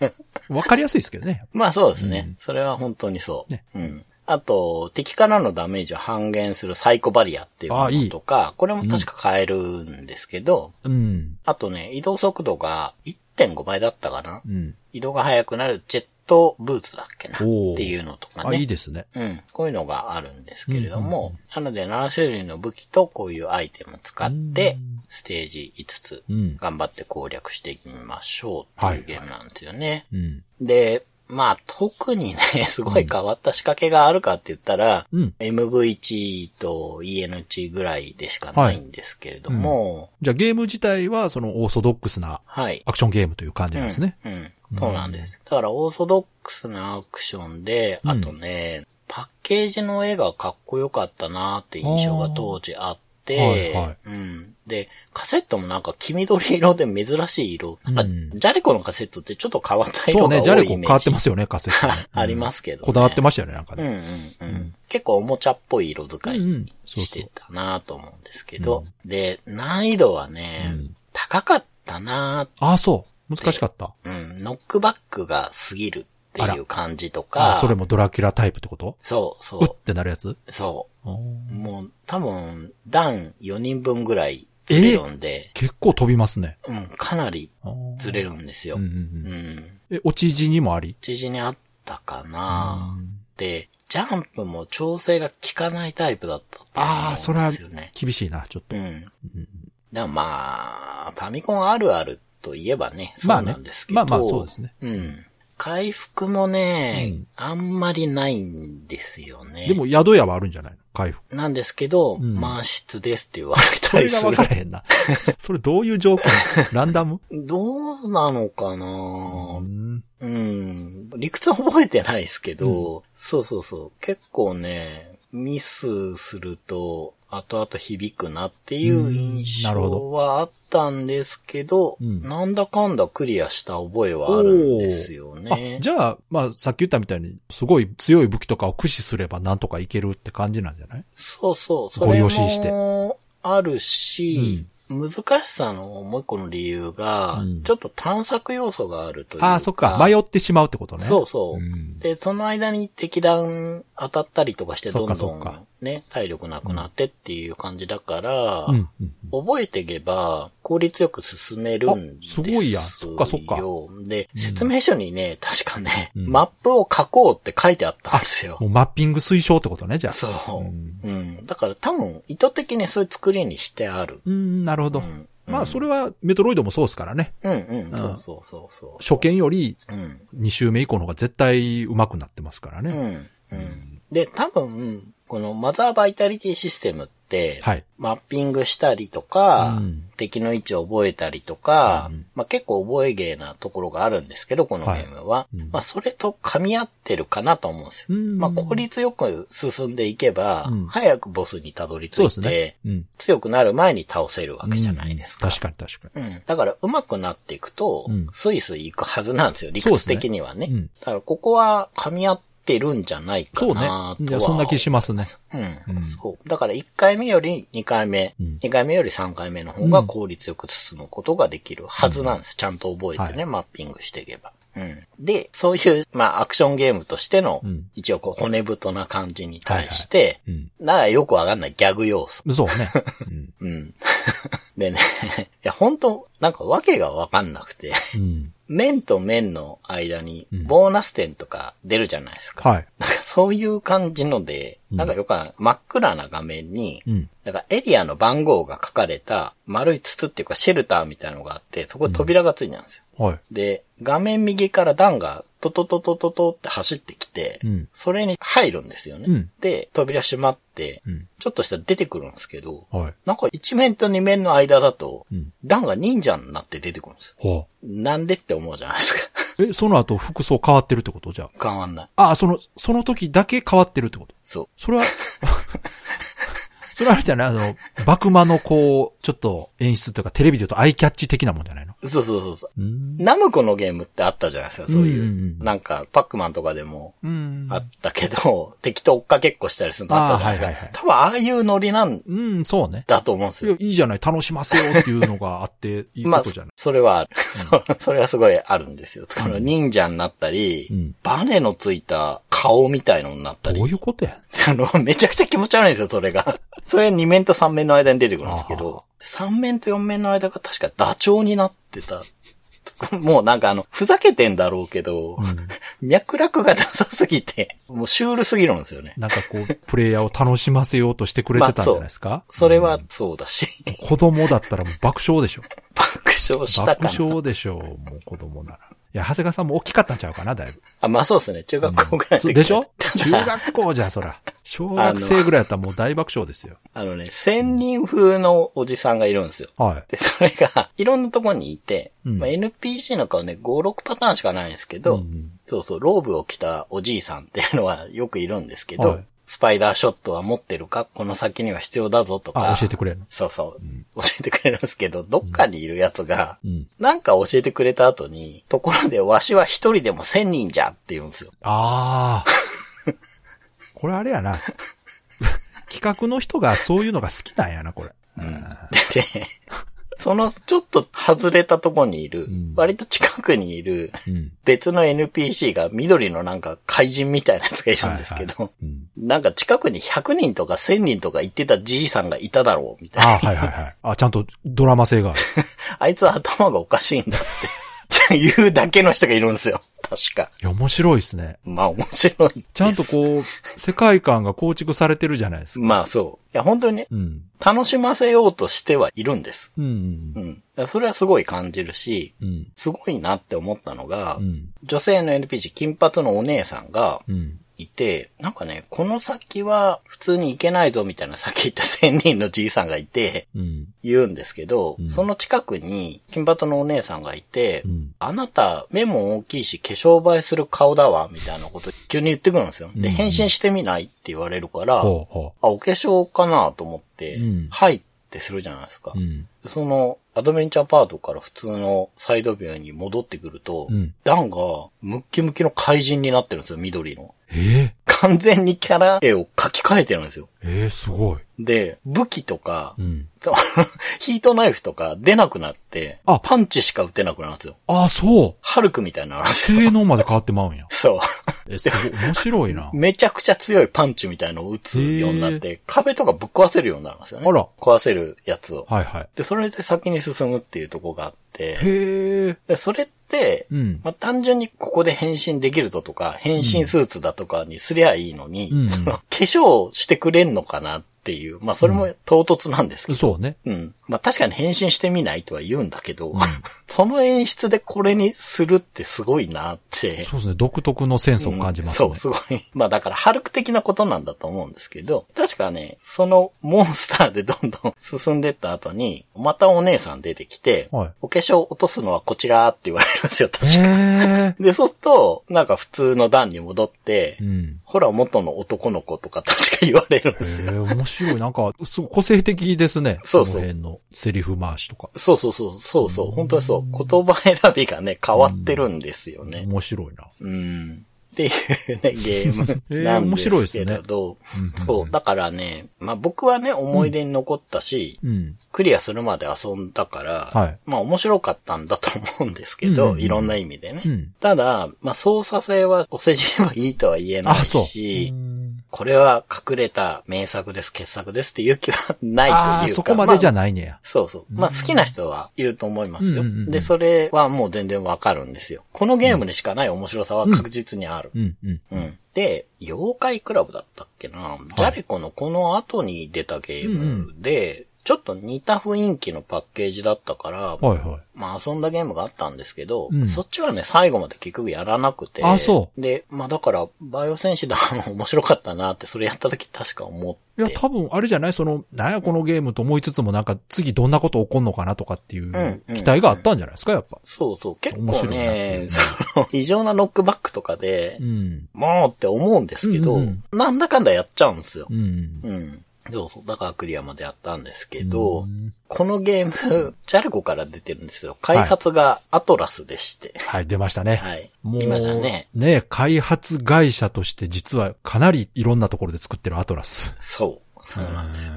[SPEAKER 3] ラ。
[SPEAKER 2] うん。わかりやすいですけどね。
[SPEAKER 3] まあそうですね。それは本当にそう。
[SPEAKER 2] ね
[SPEAKER 3] うん。あと、敵からのダメージを半減するサイコバリアっていうも
[SPEAKER 2] あい
[SPEAKER 3] の
[SPEAKER 2] い
[SPEAKER 3] とか、これも確か変えるんですけど、
[SPEAKER 2] うん。
[SPEAKER 3] あとね、移動速度が1.5倍だったかな。
[SPEAKER 2] うん。
[SPEAKER 3] 移動が速くなるジェットブーツだっけなって
[SPEAKER 2] おー
[SPEAKER 3] いうのとか
[SPEAKER 2] あ、
[SPEAKER 3] ね。
[SPEAKER 2] いいですね。
[SPEAKER 3] うん。こういうのがあるんですけれども、なので7種類の武器とこういうアイテムを使っ
[SPEAKER 2] う
[SPEAKER 3] て
[SPEAKER 2] ん、
[SPEAKER 3] ステージ5つ
[SPEAKER 2] うん。
[SPEAKER 3] 頑張って攻略していきましょうっていうゲームなんですよね。
[SPEAKER 2] うん。
[SPEAKER 3] で、まあ特にね、 すごい変わった仕掛けがあるかって言ったら、
[SPEAKER 2] うん。
[SPEAKER 3] MV1 と EN1 ぐらいでしかないんですけれども、
[SPEAKER 2] じゃあゲーム自体はそのオーソドックスな
[SPEAKER 3] はい。
[SPEAKER 2] アクションゲームという感じなんですね。
[SPEAKER 3] うん。うんそうなんです。だから、オーソドックスなアクションで、
[SPEAKER 2] うん
[SPEAKER 3] あとね、パッケージの絵がかっこよかったなって印象が当時あって、
[SPEAKER 2] あーはいはい
[SPEAKER 3] うん。で、カセットもなんか黄緑色で珍しい色。なんか
[SPEAKER 2] うん
[SPEAKER 3] ジャレコのカセットってちょっと変わった
[SPEAKER 2] そ
[SPEAKER 3] 色
[SPEAKER 2] う
[SPEAKER 3] が
[SPEAKER 2] ね、
[SPEAKER 3] 多いイメージ。。
[SPEAKER 2] ジャレコ変わってますよね、カセットね
[SPEAKER 3] ありますけどね
[SPEAKER 2] こだわってましたよね、なんか
[SPEAKER 3] うんう
[SPEAKER 2] ね。
[SPEAKER 3] んうん。結構おもちゃっぽい色使い
[SPEAKER 2] うんうんそうそう
[SPEAKER 3] してたなと思うんですけど、で、難易度はね、
[SPEAKER 2] うん
[SPEAKER 3] 高かったなーっ
[SPEAKER 2] ああ、そう。難しかった。
[SPEAKER 3] うん、ノックバックが過ぎるって
[SPEAKER 2] あ
[SPEAKER 3] いう
[SPEAKER 2] ら
[SPEAKER 3] 感じと
[SPEAKER 2] あ
[SPEAKER 3] か、
[SPEAKER 2] それもドラキュラタイプってこと
[SPEAKER 3] そうそう
[SPEAKER 2] っ
[SPEAKER 3] う、
[SPEAKER 2] てなるやつ
[SPEAKER 3] そ
[SPEAKER 2] あー
[SPEAKER 3] う、もう多分、段4人分ぐらい
[SPEAKER 2] え
[SPEAKER 3] ずれるんで、
[SPEAKER 2] 結構飛びますね。
[SPEAKER 3] うん、かなり
[SPEAKER 2] あー
[SPEAKER 3] ずれるんですよ。
[SPEAKER 2] う
[SPEAKER 3] うん
[SPEAKER 2] うん
[SPEAKER 3] ん。
[SPEAKER 2] うん。え、落ち字にもあり
[SPEAKER 3] 知事にあったかな、で、ジャンプも調整が効かないタイプだったと思
[SPEAKER 2] ああ、それ
[SPEAKER 3] うん
[SPEAKER 2] は
[SPEAKER 3] ですよね。
[SPEAKER 2] 厳しいな、ちょっ
[SPEAKER 3] う
[SPEAKER 2] と。
[SPEAKER 3] ん。だからまあ、ファミコンあるあるといえばね、そ
[SPEAKER 2] まあ
[SPEAKER 3] う
[SPEAKER 2] ね
[SPEAKER 3] なんです。け
[SPEAKER 2] ま
[SPEAKER 3] ど。
[SPEAKER 2] あまあ、そうですね。
[SPEAKER 3] うん。回復もね、
[SPEAKER 2] うん
[SPEAKER 3] あんまりないんですよね。
[SPEAKER 2] でも、宿屋はあるんじゃないの回復。
[SPEAKER 3] なんですけど、
[SPEAKER 2] ん
[SPEAKER 3] 満室ですって言われ
[SPEAKER 2] そ
[SPEAKER 3] た
[SPEAKER 2] れ
[SPEAKER 3] り
[SPEAKER 2] が
[SPEAKER 3] す
[SPEAKER 2] 分
[SPEAKER 3] る
[SPEAKER 2] か。らへん な。それどういう条件ランダム
[SPEAKER 3] どうなのか
[SPEAKER 2] う。
[SPEAKER 3] なんうん。理屈は覚えてないですけど、そうそうそう。結構ね、ミスすると、後々響くなっていう印
[SPEAKER 2] うんなるほ
[SPEAKER 3] 象
[SPEAKER 2] ど
[SPEAKER 3] はあったんですけど、
[SPEAKER 2] うん
[SPEAKER 3] なんだかんだクリアした覚えはあるんですよね
[SPEAKER 2] あ、。じゃあ、まあ、さっき言ったみたいに、すごい強い武器とかを駆使すればなんとかいけるって感じなんじゃない
[SPEAKER 3] そうそう、そ
[SPEAKER 2] ご
[SPEAKER 3] れ
[SPEAKER 2] 利用しして
[SPEAKER 3] もあるし、難しさのもう一個の理由が、
[SPEAKER 2] うん
[SPEAKER 3] ちょっと探索要素があるというか。
[SPEAKER 2] ああ、そっか。迷ってしまうってことね。
[SPEAKER 3] そうそう。
[SPEAKER 2] うん
[SPEAKER 3] で、その間に敵弾当たったりとかして、
[SPEAKER 2] そ
[SPEAKER 3] ど
[SPEAKER 2] っ
[SPEAKER 3] ん
[SPEAKER 2] か
[SPEAKER 3] ど
[SPEAKER 2] そっか
[SPEAKER 3] んね、体力なくなってっていう感じだから、
[SPEAKER 2] うん。うん
[SPEAKER 3] 覚えていけば効率よく進めるんです
[SPEAKER 2] あすごいやんそっかそっか
[SPEAKER 3] よで、
[SPEAKER 2] うん
[SPEAKER 3] 説明書にね、確かね、
[SPEAKER 2] うん
[SPEAKER 3] マップを書こうって書いてあったんですよ
[SPEAKER 2] も。うマッピング推奨ってことね、じゃあ。
[SPEAKER 3] そうう。
[SPEAKER 2] ん。
[SPEAKER 3] うん。だから多分、意図的にそういう作りにしてある。
[SPEAKER 2] うん、なるほ
[SPEAKER 3] う
[SPEAKER 2] ど。
[SPEAKER 3] ん。
[SPEAKER 2] まあ、それ
[SPEAKER 3] は。
[SPEAKER 2] はメトロイドもそうですからね。
[SPEAKER 3] うんうん。
[SPEAKER 2] うん
[SPEAKER 3] そうそうそうそう。
[SPEAKER 2] 初見より
[SPEAKER 3] うん。
[SPEAKER 2] 2周目以降の方が絶対上手くなってますから
[SPEAKER 3] う
[SPEAKER 2] ね。
[SPEAKER 3] ん。うん。で、多分、このマザーバイタリティシステムって、
[SPEAKER 2] はい。
[SPEAKER 3] マッピングしたりとか、
[SPEAKER 2] うん
[SPEAKER 3] 敵の位置を覚えたりとか、
[SPEAKER 2] うん
[SPEAKER 3] まあ結構覚え芸なところがあるんですけど、このゲームは。
[SPEAKER 2] いうん
[SPEAKER 3] まあそれと噛み合ってるかなと思うんですよ。
[SPEAKER 2] うん
[SPEAKER 3] まあ効率よく進んでいけば、
[SPEAKER 2] うん
[SPEAKER 3] 早くボスにたどり着
[SPEAKER 2] そうで
[SPEAKER 3] い
[SPEAKER 2] す
[SPEAKER 3] て、
[SPEAKER 2] ね。うん。
[SPEAKER 3] 強くなる前に倒せるわけじゃないですか。
[SPEAKER 2] うん確かに確か
[SPEAKER 3] うん。だから、上手くなっていくと、
[SPEAKER 2] うん
[SPEAKER 3] スイスイ行くはずなんですよ、理
[SPEAKER 2] そうで
[SPEAKER 3] 屈
[SPEAKER 2] すね
[SPEAKER 3] 的にはね。
[SPEAKER 2] うん
[SPEAKER 3] だから、ここは噛み合ってるんじゃない
[SPEAKER 2] に。
[SPEAKER 3] か
[SPEAKER 2] そうね
[SPEAKER 3] な。とは。
[SPEAKER 2] いや、そんな気しますね。
[SPEAKER 3] うん。
[SPEAKER 2] うん
[SPEAKER 3] そう。だから、1回目より2回目、
[SPEAKER 2] うん
[SPEAKER 3] 2回目より3回目の方が効率よく進むことができるはずなんです。ちゃんと覚えて
[SPEAKER 2] は
[SPEAKER 3] ね、
[SPEAKER 2] い
[SPEAKER 3] マッピングしていけば。うん。で、そういう、まあ、アクションゲームとしての、
[SPEAKER 2] うん
[SPEAKER 3] 一応こう、骨太な感じに対して、
[SPEAKER 2] うん。
[SPEAKER 3] なんかよくわかんないギャグ要素。
[SPEAKER 2] そうね。うん
[SPEAKER 3] うん。でね、いや、本当なんか訳がわかんなくて、
[SPEAKER 2] うん。
[SPEAKER 3] 面と面の間に
[SPEAKER 2] うん
[SPEAKER 3] ボーナス点とか出るじゃないですか。
[SPEAKER 2] はい。
[SPEAKER 3] なんかそういう感じので、
[SPEAKER 2] うん
[SPEAKER 3] なんかよくわかんない真っ暗な画面に、
[SPEAKER 2] うん。
[SPEAKER 3] なんかエリアの番号が書かれた丸い筒っていうかシェルターみたいなのがあって、そこに扉がついてあるんですよ。
[SPEAKER 2] はい。
[SPEAKER 3] で、画面右から弾がトトトトトトって走ってきて、
[SPEAKER 2] うん
[SPEAKER 3] それに入るんですよね。
[SPEAKER 2] うん
[SPEAKER 3] で、扉閉まって、
[SPEAKER 2] うん。
[SPEAKER 3] ちょっとしたら出てくるんですけど、
[SPEAKER 2] はい。
[SPEAKER 3] なんか一面と二面の間だと
[SPEAKER 2] うん、
[SPEAKER 3] 段が忍者になって出てくるんですよ。
[SPEAKER 2] は
[SPEAKER 3] なんでって思うじゃないですか。
[SPEAKER 2] あ、え、その後服装変わってるってことじゃ
[SPEAKER 3] 変わんない。
[SPEAKER 2] あ。あ、その、その時だけ変わってるってこと
[SPEAKER 3] そ
[SPEAKER 2] それは、 それはあれじゃないあの、幕間のこう、ちょっと演出というかテレビで言うとアイキャッチ的なもんじゃないの
[SPEAKER 3] う。そうそうそうそう。
[SPEAKER 2] うん。
[SPEAKER 3] ナムコのゲームってあったじゃないですか、そういう。
[SPEAKER 2] うんうんうん
[SPEAKER 3] なんか、パックマンとかでも
[SPEAKER 2] うん
[SPEAKER 3] あったけど、敵と追っかけっこしたりするのあったじゃないですか。
[SPEAKER 2] あーはいはいはい
[SPEAKER 3] 多分ああいうノリなん
[SPEAKER 2] うん、そうね。
[SPEAKER 3] だと思うんです
[SPEAKER 2] い
[SPEAKER 3] よ
[SPEAKER 2] や。いいじゃない、楽しませようっていうのがあって、いい
[SPEAKER 3] ま
[SPEAKER 2] こ
[SPEAKER 3] あ
[SPEAKER 2] とじゃない、、
[SPEAKER 3] それはある、 それはすごいあるんですよ。その忍者になったり、
[SPEAKER 2] うん
[SPEAKER 3] バネのついた顔みたいのになったり
[SPEAKER 2] どう。いうことや
[SPEAKER 3] あの、めちゃくちゃ気持ち悪いんですよ、そ れが。それ2面と3面の間に出てくるんですけど、3面と4面の間が確かダチョウになってた。もうなんかあの、 ふざけてんだろうけど、脈絡がなさすぎて、もうシュールすぎるんですよね。
[SPEAKER 2] なんかこう、プレイヤーを楽しませようとしてくれてたんじゃないですか、
[SPEAKER 3] それはそうだし、
[SPEAKER 2] 子供だったらもう爆笑でしょ。
[SPEAKER 3] 爆笑したか
[SPEAKER 2] 爆
[SPEAKER 3] な。
[SPEAKER 2] 笑でしょう、もう子供なら。いや、長谷川さんも大きかったんちゃうかな、だいぶ。
[SPEAKER 3] あ、まあそうですね、中学校ぐらいの時
[SPEAKER 2] そうでしょ 中学校じゃ、そら。小学生ぐらいやったらもう大爆笑ですよ。
[SPEAKER 3] あのね、仙人風のおじさんがいるんですよ。
[SPEAKER 2] はい。
[SPEAKER 3] で、それが、いろんなところにいて、
[SPEAKER 2] うん
[SPEAKER 3] まあ、NPC の顔ね、5、6パターンしかないんですけ
[SPEAKER 2] う
[SPEAKER 3] ど、
[SPEAKER 2] んうん
[SPEAKER 3] そうそう、ローブを着たおじいさんっていうのはよくいるんですけど、
[SPEAKER 2] はい
[SPEAKER 3] スパイダーショットは持ってるかこの先には必要だぞとか。
[SPEAKER 2] あ、教えてくれるの
[SPEAKER 3] そうそう、教えてくれるんですけど、どっかにいるやつが、
[SPEAKER 2] うん。
[SPEAKER 3] なんか教えてくれた後に、ところでわしは一人でも千人じゃって言うんですよ。
[SPEAKER 2] ああ。 これあれやな。 企画の人がそういうのが好きなんやな、これ。
[SPEAKER 3] で、そのちょっと外れたとこにいる、
[SPEAKER 2] ん
[SPEAKER 3] 割と近くにいる、
[SPEAKER 2] うん。
[SPEAKER 3] 別の NPC が緑のなんか怪人みたいなやつがいるんですけど、
[SPEAKER 2] はいはいうん
[SPEAKER 3] なんか近くに100人とか1000人とか行ってたじいさんがいただろう、みたいな。
[SPEAKER 2] ああ、はいはいはい。あ、ちゃんとドラマ性がある。
[SPEAKER 3] あいつは頭がおかしいんだって、言うだけの人がいるんですよ。確か。
[SPEAKER 2] いや、面白いですね。
[SPEAKER 3] まあ面白い。
[SPEAKER 2] ちゃんとこう、世界観が構築されてるじゃないですか。
[SPEAKER 3] まあそう。いや、本当にね、
[SPEAKER 2] うん。
[SPEAKER 3] 楽しませようとしてはいるんです。
[SPEAKER 2] う。
[SPEAKER 3] うんん。いやそれはすごい感じるし、
[SPEAKER 2] うん。
[SPEAKER 3] すごいなって思ったのが、
[SPEAKER 2] うん。
[SPEAKER 3] 女性の NPC、金髪のお姉さんが、
[SPEAKER 2] うん。
[SPEAKER 3] いて、なんかね、この先は普通に行けないぞみたいなさっき言った仙人のじいさんがいて、
[SPEAKER 2] うん。
[SPEAKER 3] 言うんですけど、
[SPEAKER 2] うん
[SPEAKER 3] その近くに金髪のお姉さんがいて、
[SPEAKER 2] うん
[SPEAKER 3] あなた目も大きいし化粧映えする顔だわ、みたいなこと急に言ってくるんですよ。
[SPEAKER 2] う
[SPEAKER 3] で、
[SPEAKER 2] ん
[SPEAKER 3] 変身してみないって言われるから、
[SPEAKER 2] ほうほ
[SPEAKER 3] あ、お化粧かなと思って、
[SPEAKER 2] うん
[SPEAKER 3] はいってするじゃないですか。
[SPEAKER 2] う。うん。
[SPEAKER 3] その、アドベンチャーパートから普通のサイドビューに戻ってくると、
[SPEAKER 2] うん
[SPEAKER 3] ダンがムッキムキの怪人になってるんですよ、緑の。
[SPEAKER 2] え
[SPEAKER 3] 完全にキャラ絵を書き換えてるんですよ。
[SPEAKER 2] えええすごい。
[SPEAKER 3] で、武器とか、
[SPEAKER 2] ん。
[SPEAKER 3] ヒートナイフとか出なくなって
[SPEAKER 2] あ、
[SPEAKER 3] パンチしか打てなくなるんですよ。
[SPEAKER 2] あ、そう。
[SPEAKER 3] ハルクみたいになるんですよ。
[SPEAKER 2] 性能まで変わってまうんや。
[SPEAKER 3] そう。
[SPEAKER 2] え、すごい、面白 いな。
[SPEAKER 3] めちゃくちゃ強いパンチみたいのを打つようになって、壁とかぶっ壊せるようになるんですよね。
[SPEAKER 2] あら
[SPEAKER 3] 壊せるやつを。
[SPEAKER 2] はいはい。
[SPEAKER 3] で、それで先に進むっていうとこがあって、
[SPEAKER 2] へえ。
[SPEAKER 3] でそれって、
[SPEAKER 2] うん
[SPEAKER 3] まあ、単純にここで変身できるととか、変身スーツだとかにすりゃいいのに、
[SPEAKER 2] うん
[SPEAKER 3] その化粧してくれんのかなっていう、まあそれも唐突なんですけど、
[SPEAKER 2] そうね。
[SPEAKER 3] うん。まあ確かに変身してみないとは言うんだけど、 その演出でこれにするってすごいなって。
[SPEAKER 2] そうですね。独特のセンスを感じますね。
[SPEAKER 3] うんそう、すごい。 まあだから、ハルク的なことなんだと思うんですけど、確かね、そのモンスターでどんどん進んでった後に、またお姉さん出てきて、
[SPEAKER 2] はい
[SPEAKER 3] お化粧落とすのはこちらって言われるんですよ、確か。
[SPEAKER 2] へえ。
[SPEAKER 3] で、そうすると、なんか普通の段に戻って、
[SPEAKER 2] うん。
[SPEAKER 3] ほら元の男の子とか確か言われるん
[SPEAKER 2] へ
[SPEAKER 3] ですよ。
[SPEAKER 2] え、面白い。なんか、すごい個性的ですね。
[SPEAKER 3] そうそう
[SPEAKER 2] この辺のセリフ回しとか。
[SPEAKER 3] そうそうそう、そうそう、本当にそう、言葉選びがね、変わってるんですよね。
[SPEAKER 2] 面白いな。
[SPEAKER 3] うん。って いうね、ゲー
[SPEAKER 2] えー
[SPEAKER 3] ムなんです
[SPEAKER 2] 面白いです
[SPEAKER 3] け
[SPEAKER 2] ね
[SPEAKER 3] れど、
[SPEAKER 2] うん
[SPEAKER 3] そう、だからね、まあ僕はね、思い出に残ったし、
[SPEAKER 2] うん。
[SPEAKER 3] クリアするまで遊んだから、
[SPEAKER 2] はい
[SPEAKER 3] まあ面白かったんだと思うんですけ
[SPEAKER 2] うんう
[SPEAKER 3] ど、
[SPEAKER 2] んうん
[SPEAKER 3] いろんな意味でね。
[SPEAKER 2] うん。
[SPEAKER 3] ただ、まあ操作性は、お世辞にはいいとは言えな
[SPEAKER 2] あ、
[SPEAKER 3] い
[SPEAKER 2] そう。
[SPEAKER 3] し、
[SPEAKER 2] うん
[SPEAKER 3] これは隠れた名作です、傑作ですっていう気はないというか。
[SPEAKER 2] ああ、そこまでじゃ
[SPEAKER 3] あ
[SPEAKER 2] ないねや。
[SPEAKER 3] そうそう。まあ好きな人はいると思いますよ。
[SPEAKER 2] うんうんうん
[SPEAKER 3] で、それはもう全然わかるんですよ。このゲームにしかない面白さは確実にある。
[SPEAKER 2] うん、うん。
[SPEAKER 3] うん。で、妖怪クラブだったっけな、ジャレコのこの後に出たゲームで、ちょっと似た雰囲気のパッケージだったから、
[SPEAKER 2] はいはい。
[SPEAKER 3] まあ遊んだゲームがあったんですけど、
[SPEAKER 2] うん
[SPEAKER 3] そっちはね、最後まで結局やらなくて。。
[SPEAKER 2] あそう
[SPEAKER 3] で、まあだから、バイオ戦士だ、あの面白かったなって、それやった時確か思って。
[SPEAKER 2] いや、多分、あれじゃないその、なんやこのゲームと思いつつも、なんか、次どんなこと起こんのかなとかっていう
[SPEAKER 3] うん、うん
[SPEAKER 2] 期待があったんじゃないですか、やっぱ。
[SPEAKER 3] そうそう、結
[SPEAKER 2] 面
[SPEAKER 3] 構
[SPEAKER 2] 白いなっていう
[SPEAKER 3] ね、その異常なノックバックとかで、
[SPEAKER 2] うん。
[SPEAKER 3] もうって思うんですけど、
[SPEAKER 2] うんうん
[SPEAKER 3] なんだかんだやっちゃうんですよ
[SPEAKER 2] う。ん。
[SPEAKER 3] うん。そうそう、だからクリアまでやったんですけど、
[SPEAKER 2] うん
[SPEAKER 3] このゲーム、 ジャルゴから出てるんですよ。開発がアトラスでして。
[SPEAKER 2] はい、出ましたね。
[SPEAKER 3] はい。
[SPEAKER 2] もう、
[SPEAKER 3] 今じゃね。
[SPEAKER 2] ね、開発会社として実はかなりいろんなところで作ってるアトラス。
[SPEAKER 3] そう。そうなんですよ。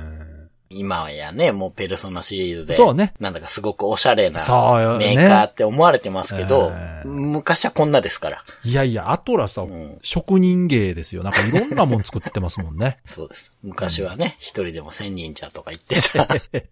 [SPEAKER 3] 今やね、もうペルソナシリーズで。
[SPEAKER 2] そうね
[SPEAKER 3] なんだかすごくおしゃれな
[SPEAKER 2] そうよね
[SPEAKER 3] メーカーって思われてますけど、
[SPEAKER 2] うん
[SPEAKER 3] 昔はこんなですから。
[SPEAKER 2] いやいや、アトラスは
[SPEAKER 3] ん。
[SPEAKER 2] 職人芸ですよ。なんかいろんなもん作ってますもんね
[SPEAKER 3] そうです。昔はね、一人でも千人茶とか言って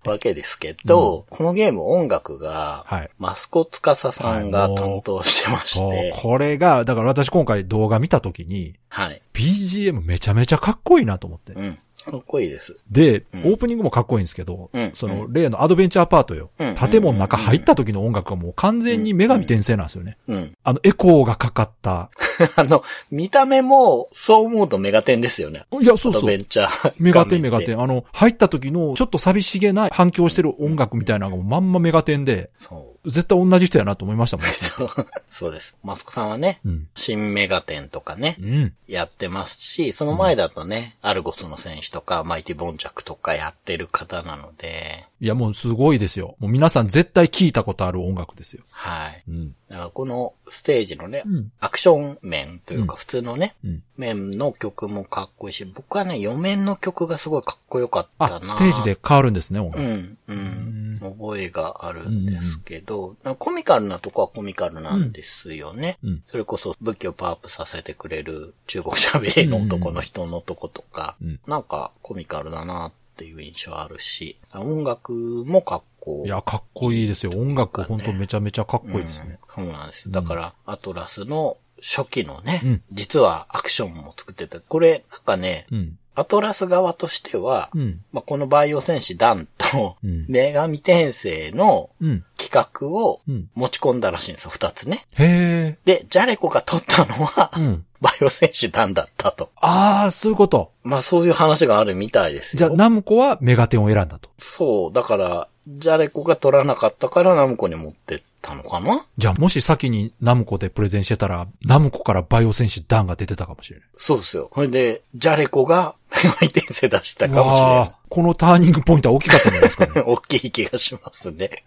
[SPEAKER 3] たわけですけど、このゲーム音楽が、
[SPEAKER 2] はい
[SPEAKER 3] マスコツカサさんが担当してまし
[SPEAKER 2] そう
[SPEAKER 3] て、、
[SPEAKER 2] これが、だから私今回動画見たときに、
[SPEAKER 3] はい。
[SPEAKER 2] BGM めちゃめちゃかっこいいなと思って
[SPEAKER 3] う。ん。かっこいいです。
[SPEAKER 2] で、オ
[SPEAKER 3] うん
[SPEAKER 2] ープニングもかっこいいんですけど
[SPEAKER 3] うん、
[SPEAKER 2] そうの例のアドベンチャーパートよ
[SPEAKER 3] うん。
[SPEAKER 2] 建物の中入った時の音楽がもう完全に女神転生なんですよね。
[SPEAKER 3] うん。
[SPEAKER 2] あの、エコーがかかった。
[SPEAKER 3] あの、見た目も、そう思うとメガテンですよね。
[SPEAKER 2] いや、そう
[SPEAKER 3] ア
[SPEAKER 2] そ
[SPEAKER 3] ド
[SPEAKER 2] う
[SPEAKER 3] ベ。ンチャー。
[SPEAKER 2] メガテンメガテ
[SPEAKER 3] ン。
[SPEAKER 2] ン。あの、入った時の、ちょっと寂しげな反響してる音楽みたいなのがもうまんまメガテンで、
[SPEAKER 3] そ
[SPEAKER 2] 絶対同じ人やなと思いましたもん。
[SPEAKER 3] う。 そうです。マスコさんはね、
[SPEAKER 2] うん。
[SPEAKER 3] 新メガテンとかね
[SPEAKER 2] う、ん。
[SPEAKER 3] やってますし、その前だとね、アルゴスの戦士とか、マイティボンジャクとかやってる方なので、
[SPEAKER 2] いや、もうすごいですよ。もう皆さん絶対聞いたことある音楽ですよ。
[SPEAKER 3] はい。
[SPEAKER 2] うん。
[SPEAKER 3] だからこのステージのね、
[SPEAKER 2] うん
[SPEAKER 3] アクション面という
[SPEAKER 2] う
[SPEAKER 3] か、普通のね、
[SPEAKER 2] うん。
[SPEAKER 3] 面の曲もかっこいいし、僕はね、4面の曲がすごいかっこよかったな
[SPEAKER 2] あ、ステージで変わるんですね、音楽。
[SPEAKER 3] うん、うん、覚えがあるんですけど、コミカルなとこはコミカルなんですよね。
[SPEAKER 2] うんうん
[SPEAKER 3] それこそ武器をパワーアップさせてくれる中国喋りの男の人のとことか、
[SPEAKER 2] うん
[SPEAKER 3] なんかコミカルだなっていう印象あるし、音楽もかっこ
[SPEAKER 2] いや、かっこいいですよ。音楽ほんとめちゃめちゃかっこいいですね。
[SPEAKER 3] うんそうなんですよ。だから、アトラスの初期のね、
[SPEAKER 2] うん
[SPEAKER 3] 実はアクションも作ってて、これ、なんかね、
[SPEAKER 2] うん。
[SPEAKER 3] アトラス側としては、
[SPEAKER 2] うん。
[SPEAKER 3] まあ、このバイオ戦士ダンと、
[SPEAKER 2] うん
[SPEAKER 3] 女神転生の
[SPEAKER 2] うん。
[SPEAKER 3] 企画を
[SPEAKER 2] うん
[SPEAKER 3] 持ち込んだらしいんですよ、二つね。
[SPEAKER 2] へ
[SPEAKER 3] で、ジャレコが取ったのは、
[SPEAKER 2] え。うん。
[SPEAKER 3] バイオ戦士団だったと。
[SPEAKER 2] あー、そういうこと。
[SPEAKER 3] まあそういう話があるみたいですよ。
[SPEAKER 2] じゃあ、ナムコはメガテンを選んだと。
[SPEAKER 3] そう、だから、ジャレコが取らなかったからナムコに持ってったのかな
[SPEAKER 2] じゃあ、もし先にナムコでプレゼンしてたら、ナムコからバイオ戦士ダンが出てたかもしれない。
[SPEAKER 3] そうですよ。それで、ジャレコが、 女神転生出したかもし
[SPEAKER 2] わあこのターニングポイントは大きかったんじゃないですかね。
[SPEAKER 3] れない。 大きい気がしますね。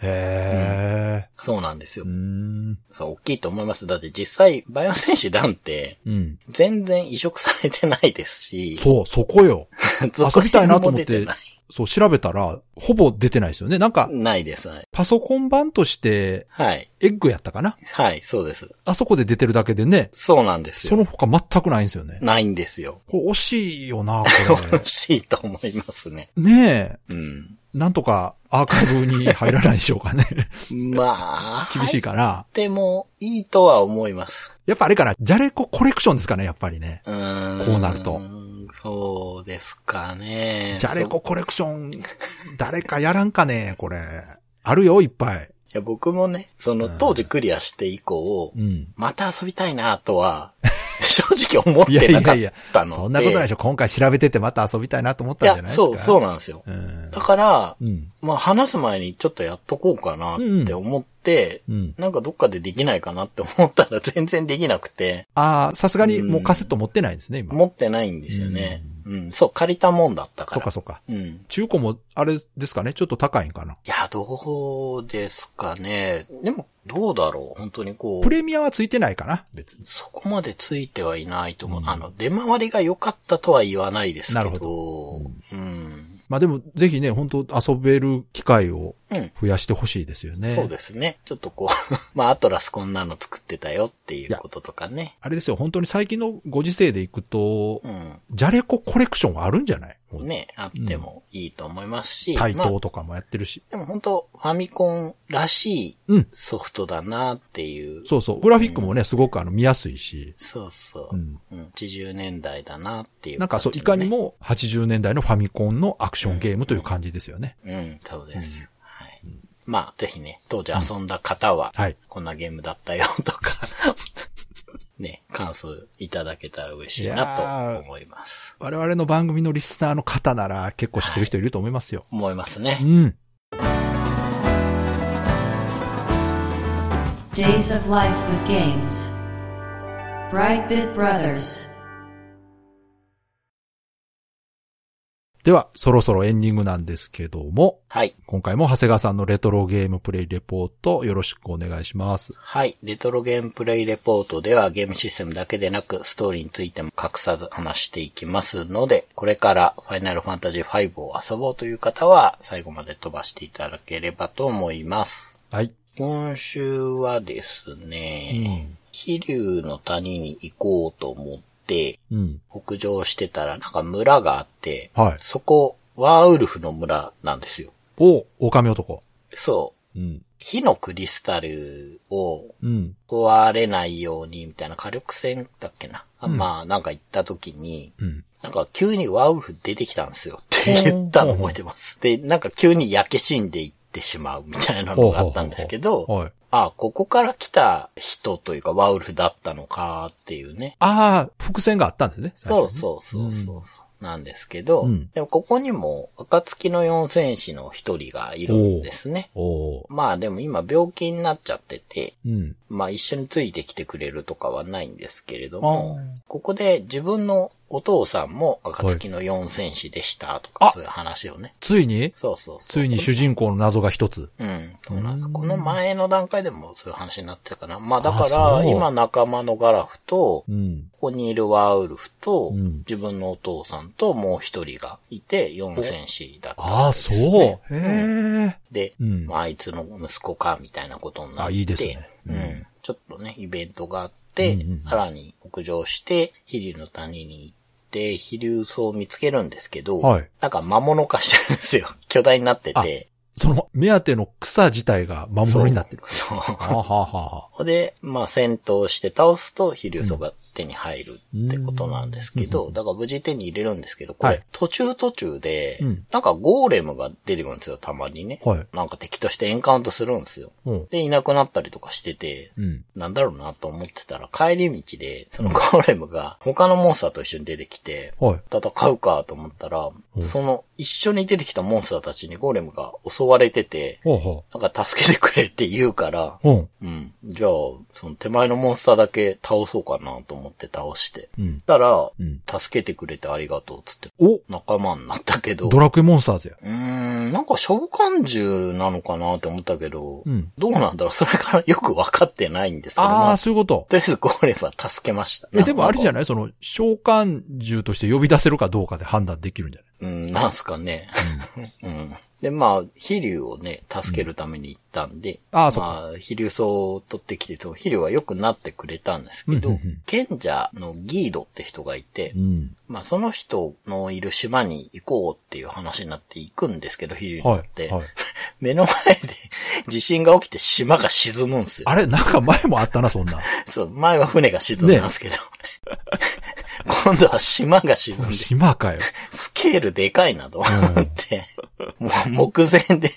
[SPEAKER 2] へ
[SPEAKER 3] そうなんで
[SPEAKER 2] え。
[SPEAKER 3] すよ
[SPEAKER 2] う。ん。
[SPEAKER 3] そう、大きいと思います。だって実際、バイオ戦士団って、
[SPEAKER 2] うん。
[SPEAKER 3] 全然移植されてないですし、
[SPEAKER 2] そう、そこよ。
[SPEAKER 3] 続 編も
[SPEAKER 2] 遊びたいなと思って
[SPEAKER 3] 出ない
[SPEAKER 2] そう、調べたら、ほぼ出てないですよね。なんか、
[SPEAKER 3] ないです。はい。
[SPEAKER 2] パソコン版として、
[SPEAKER 3] はい。
[SPEAKER 2] エッグやったかな
[SPEAKER 3] はい、そうです。
[SPEAKER 2] あそこで出てるだけでね、
[SPEAKER 3] そうなんです
[SPEAKER 2] そ
[SPEAKER 3] よ。
[SPEAKER 2] の他全くないんですよね。
[SPEAKER 3] ないんですよ。
[SPEAKER 2] これ惜しいよな、こ
[SPEAKER 3] 恐ろしいと思いますね。
[SPEAKER 2] れ。ね
[SPEAKER 3] うん。
[SPEAKER 2] え、なんとかアーカイブに入らないでしょうか ね。
[SPEAKER 3] まあ、
[SPEAKER 2] 厳しいかな。
[SPEAKER 3] でも、いいとは思います。
[SPEAKER 2] やっぱあれから、じゃれこコレクションですかね、やっぱりね。
[SPEAKER 3] うーん。
[SPEAKER 2] こうなると。
[SPEAKER 3] そうですかね。
[SPEAKER 2] じゃれこコレクション、誰かやらんかね、これ。あるよ、いっぱい。
[SPEAKER 3] いや、僕もね、その当時クリアして以降、
[SPEAKER 2] うん。
[SPEAKER 3] また遊びたいなとは、 正直思っ
[SPEAKER 2] いや
[SPEAKER 3] て
[SPEAKER 2] い
[SPEAKER 3] なか
[SPEAKER 2] や
[SPEAKER 3] っ
[SPEAKER 2] いや、
[SPEAKER 3] たので。
[SPEAKER 2] そんなことないでし
[SPEAKER 3] ょ。
[SPEAKER 2] ょ。今回調べててまた遊びたいなと思っ
[SPEAKER 3] い
[SPEAKER 2] たんじゃない
[SPEAKER 3] や、
[SPEAKER 2] ですか。
[SPEAKER 3] そう、そう
[SPEAKER 2] う。
[SPEAKER 3] なんですよ。
[SPEAKER 2] うん
[SPEAKER 3] だ。から、
[SPEAKER 2] うん。
[SPEAKER 3] まあ話す前にちょっとやっとこうかなって思って、
[SPEAKER 2] うん。
[SPEAKER 3] なんかどっかでできないかなって思ったら全然できなくて、
[SPEAKER 2] ああ、さすがにもうカセット持ってないんですね、今。
[SPEAKER 3] 持ってないんですよね。うん、そう、借りたもんだったから。
[SPEAKER 2] そっかそっか。
[SPEAKER 3] うん。い
[SPEAKER 2] 中古も、あれですかね、ちょっと高いんかな。
[SPEAKER 3] や、どうですかね。でも、どうだろう本当にこ
[SPEAKER 2] プ
[SPEAKER 3] う、
[SPEAKER 2] レミアはついてないかな、別に。
[SPEAKER 3] そこまでついてはいないと思う。
[SPEAKER 2] うん
[SPEAKER 3] あの、出回りが良かったとは言わないですけど、
[SPEAKER 2] なるほ
[SPEAKER 3] うん。
[SPEAKER 2] まあでも、ぜひね、本当遊べる機会を
[SPEAKER 3] うん。
[SPEAKER 2] 増やしてほしいですよね。
[SPEAKER 3] そうですね。ちょっとこう、 まあ、アトラスこんなの作ってたよっていうこととかね。
[SPEAKER 2] あれですよ、本当に最近のご時世でいくと、
[SPEAKER 3] うん。
[SPEAKER 2] じゃれこコレクションはあるんじゃないもう
[SPEAKER 3] ね、あってもいいと思いますし。
[SPEAKER 2] 対
[SPEAKER 3] まあ
[SPEAKER 2] 等とかもやってるし。
[SPEAKER 3] でも本当ファミコンらしい
[SPEAKER 2] うん。
[SPEAKER 3] ソフトだなっていう。
[SPEAKER 2] そうそう。グラフィックもね、すごくあの見やすいし、
[SPEAKER 3] そうそうう。うん
[SPEAKER 2] ん。
[SPEAKER 3] 80年代だなっていう、
[SPEAKER 2] なんかそう、いかに。も80年代のファミコンのアクションゲームという感じですよね。
[SPEAKER 3] うん、そうです。はい。まあ、ぜひね、当時遊んだ方は、
[SPEAKER 2] はい。
[SPEAKER 3] こんなゲームだったよとか、 ね、感想いただけたら嬉しい
[SPEAKER 2] いや
[SPEAKER 3] な
[SPEAKER 2] ー
[SPEAKER 3] と思います。
[SPEAKER 2] 我々の番組のリスナーの方なら結構知ってる人いると思いますよ。
[SPEAKER 3] 思います
[SPEAKER 2] う
[SPEAKER 3] ね。
[SPEAKER 2] ん。
[SPEAKER 1] Days of Life with Games. Brightbit Brothers.
[SPEAKER 2] では、そろそろエンディングなんですけども、
[SPEAKER 3] はい。
[SPEAKER 2] 今回も長谷川さんのレトロゲームプレイレポートよろしくお願いします。
[SPEAKER 3] はい。レトロゲームプレイレポートではゲームシステムだけでなくストーリーについても隠さず話していきますので、これからファイナルファンタジー5を遊ぼうという方は最後まで飛ばしていただければと思います。
[SPEAKER 2] はい。
[SPEAKER 3] 今週はです
[SPEAKER 2] う
[SPEAKER 3] ね、
[SPEAKER 2] ん。
[SPEAKER 3] 飛竜の谷に行こうと思って、
[SPEAKER 2] うん。
[SPEAKER 3] 北上してたらなんか村があって、
[SPEAKER 2] はい。
[SPEAKER 3] そこ、ワーウルフの村なんですよ。
[SPEAKER 2] お、狼男。
[SPEAKER 3] そう。
[SPEAKER 2] うん。
[SPEAKER 3] 火のクリスタルを
[SPEAKER 2] うん。
[SPEAKER 3] 壊れないように、みたいな火力戦だっけな。あ
[SPEAKER 2] うん
[SPEAKER 3] まあ、なんか行った時に、
[SPEAKER 2] うん。
[SPEAKER 3] なんか急にワウルフ出てきたんですよって言ったの覚えてます。で、なんか急に焼け死んでいってしまうみたいなのがあったんですけど、
[SPEAKER 2] はい。
[SPEAKER 3] あ、ここから来た人というかワウルフだったのかっていうね。
[SPEAKER 2] ああ、伏線があったんですね。最初
[SPEAKER 3] そ
[SPEAKER 2] ね
[SPEAKER 3] うそうそうそう。
[SPEAKER 2] ん
[SPEAKER 3] なんですけど、
[SPEAKER 2] うん
[SPEAKER 3] でもここにも、暁の四戦士の一人がいるんですね。
[SPEAKER 2] おー
[SPEAKER 3] まあでも今病気になっちゃってて、
[SPEAKER 2] うん。
[SPEAKER 3] まあ一緒についてきてくれるとかはないんですけれども、
[SPEAKER 2] あ
[SPEAKER 3] ここで自分のお父さんも暁の四戦士でしたとか、
[SPEAKER 2] はいあ
[SPEAKER 3] そういう話をね。
[SPEAKER 2] ついに
[SPEAKER 3] そうそうそう。
[SPEAKER 2] ついに主人公の謎が一つ。
[SPEAKER 3] うん、そうなん
[SPEAKER 2] う
[SPEAKER 3] です。
[SPEAKER 2] ん
[SPEAKER 3] この前の段階でもそういう話になってたかな。まあだか
[SPEAKER 2] あ
[SPEAKER 3] ら、
[SPEAKER 2] そう
[SPEAKER 3] 今仲間のガラフと、
[SPEAKER 2] うん。
[SPEAKER 3] ここにいるワーウルフと、
[SPEAKER 2] うん
[SPEAKER 3] 自分のお父さんともう一人がいて、四戦士だった
[SPEAKER 2] あ
[SPEAKER 3] わ
[SPEAKER 2] あ、
[SPEAKER 3] けです
[SPEAKER 2] そ
[SPEAKER 3] ね、
[SPEAKER 2] う。へえ。
[SPEAKER 3] で、
[SPEAKER 2] うん
[SPEAKER 3] まあ、あいつの息子か、みたいなことになって。
[SPEAKER 2] あいいですねう
[SPEAKER 3] うんん。ちょっとね、イベントがあって、
[SPEAKER 2] うんうん
[SPEAKER 3] さらに北上して、飛竜の谷に行って、飛竜草を見つけるんですけど、
[SPEAKER 2] はい
[SPEAKER 3] なんか魔物化してるんですよ。巨大になってて。
[SPEAKER 2] その、目当ての草自体が魔物になってる。
[SPEAKER 3] そう。
[SPEAKER 2] はあはあはあはあ。
[SPEAKER 3] で、まあ、戦闘して倒すと、飛竜草が手に入るってことなんです
[SPEAKER 2] う
[SPEAKER 3] けど、
[SPEAKER 2] ん
[SPEAKER 3] だから無事手に入れるんですけど、これ、
[SPEAKER 2] はい
[SPEAKER 3] 途中途中で、
[SPEAKER 2] うん
[SPEAKER 3] なんかゴーレムが出てくるんですよ、たまにね。
[SPEAKER 2] はい
[SPEAKER 3] なんか敵としてエンカウントするんですよ。
[SPEAKER 2] うん。
[SPEAKER 3] で、いなくなったりとかしてて、
[SPEAKER 2] うん。
[SPEAKER 3] なんだろうなと思ってたら、帰り道で、そのゴーレムが他のモンスターと一緒に出てきて、
[SPEAKER 2] はい。
[SPEAKER 3] 戦うかと思ったら
[SPEAKER 2] うん、
[SPEAKER 3] その一緒に出てきたモンスターたちにゴーレムが襲われてて、
[SPEAKER 2] ほうほ
[SPEAKER 3] なんか助けてくれって言うから、
[SPEAKER 2] う。うん。
[SPEAKER 3] うん。じゃあ、その手前のモンスターだけ倒そうかなと思思って倒して。
[SPEAKER 2] うん。
[SPEAKER 3] たら、
[SPEAKER 2] うん。
[SPEAKER 3] 助けてくれてありがとうっつって
[SPEAKER 2] お
[SPEAKER 3] 仲間になったけど。
[SPEAKER 2] ドラクエモンスターズや。
[SPEAKER 3] うーん、なんか召喚獣なのかなって思ったけど、
[SPEAKER 2] うん。
[SPEAKER 3] どうなんだろうそれからよくわかってないんですけど、ま
[SPEAKER 2] あ
[SPEAKER 3] あ
[SPEAKER 2] あ、そういうこと。
[SPEAKER 3] とりあえずゴーレムは助けました。
[SPEAKER 2] え、でもあれじゃ
[SPEAKER 3] ん
[SPEAKER 2] ないその、召喚獣として呼び出せるかどうかで判断できるんじゃない
[SPEAKER 3] うん、なんすかね。うん。で、まあ、飛竜をね、助けるために行ったんで、
[SPEAKER 2] ああそっか
[SPEAKER 3] まあ、飛竜草を取ってきてと、飛竜は良くなってくれたんですけ
[SPEAKER 2] うん
[SPEAKER 3] ど
[SPEAKER 2] うんうん、
[SPEAKER 3] 賢者のギードって人がいて、
[SPEAKER 2] うん。
[SPEAKER 3] まあ、その人のいる島に行こうっていう話になって行くんですけど、飛竜にな
[SPEAKER 2] は
[SPEAKER 3] って、
[SPEAKER 2] い。はい。
[SPEAKER 3] 目の前で 地震が起きて島が沈むんですよ。
[SPEAKER 2] あれなんか前もあったな、そん な。
[SPEAKER 3] そう、前は船が沈んだんですけど。 今度は島が沈んで、ス
[SPEAKER 2] 島かよ。
[SPEAKER 3] ケールでかいなと思って、もう目前で